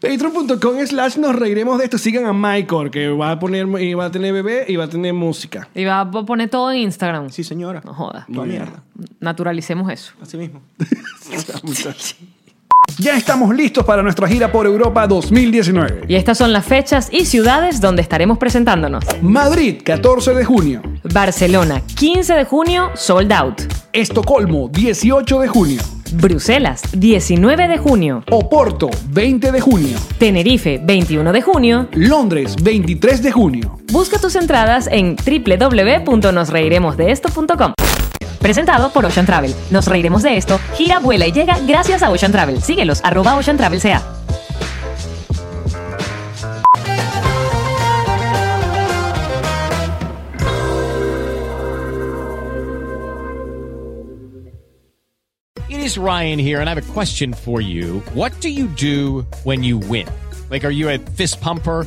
[SPEAKER 3] Patreon.com slash nos reiremos de esto. Sigan a Michael, que va a poner y va a tener bebé y va a tener música.
[SPEAKER 1] Y va a poner todo en Instagram.
[SPEAKER 4] Sí, señora.
[SPEAKER 1] No joda.
[SPEAKER 4] Toda mierda.
[SPEAKER 1] Naturalicemos eso.
[SPEAKER 4] Así mismo.
[SPEAKER 3] Ya estamos listos para nuestra gira por Europa 2019.
[SPEAKER 1] Y estas son las fechas y ciudades donde estaremos presentándonos.
[SPEAKER 3] Madrid, 14 de junio.
[SPEAKER 1] Barcelona, 15 de junio, sold out.
[SPEAKER 3] Estocolmo, 18 de junio.
[SPEAKER 1] Bruselas, 19 de junio.
[SPEAKER 3] Oporto, 20 de junio.
[SPEAKER 1] Tenerife, 21 de junio.
[SPEAKER 3] Londres, 23 de junio.
[SPEAKER 1] Busca tus entradas en www.nosreiremosdeesto.com. Presentado por Ocean Travel. Nos reiremos de esto. Gira, vuela y llega gracias a Ocean Travel. Síguelos, arroba Ocean Travel sea.
[SPEAKER 5] It is Ryan here, and I have a question for you. What do you do when you win? Like, are you a fist pumper?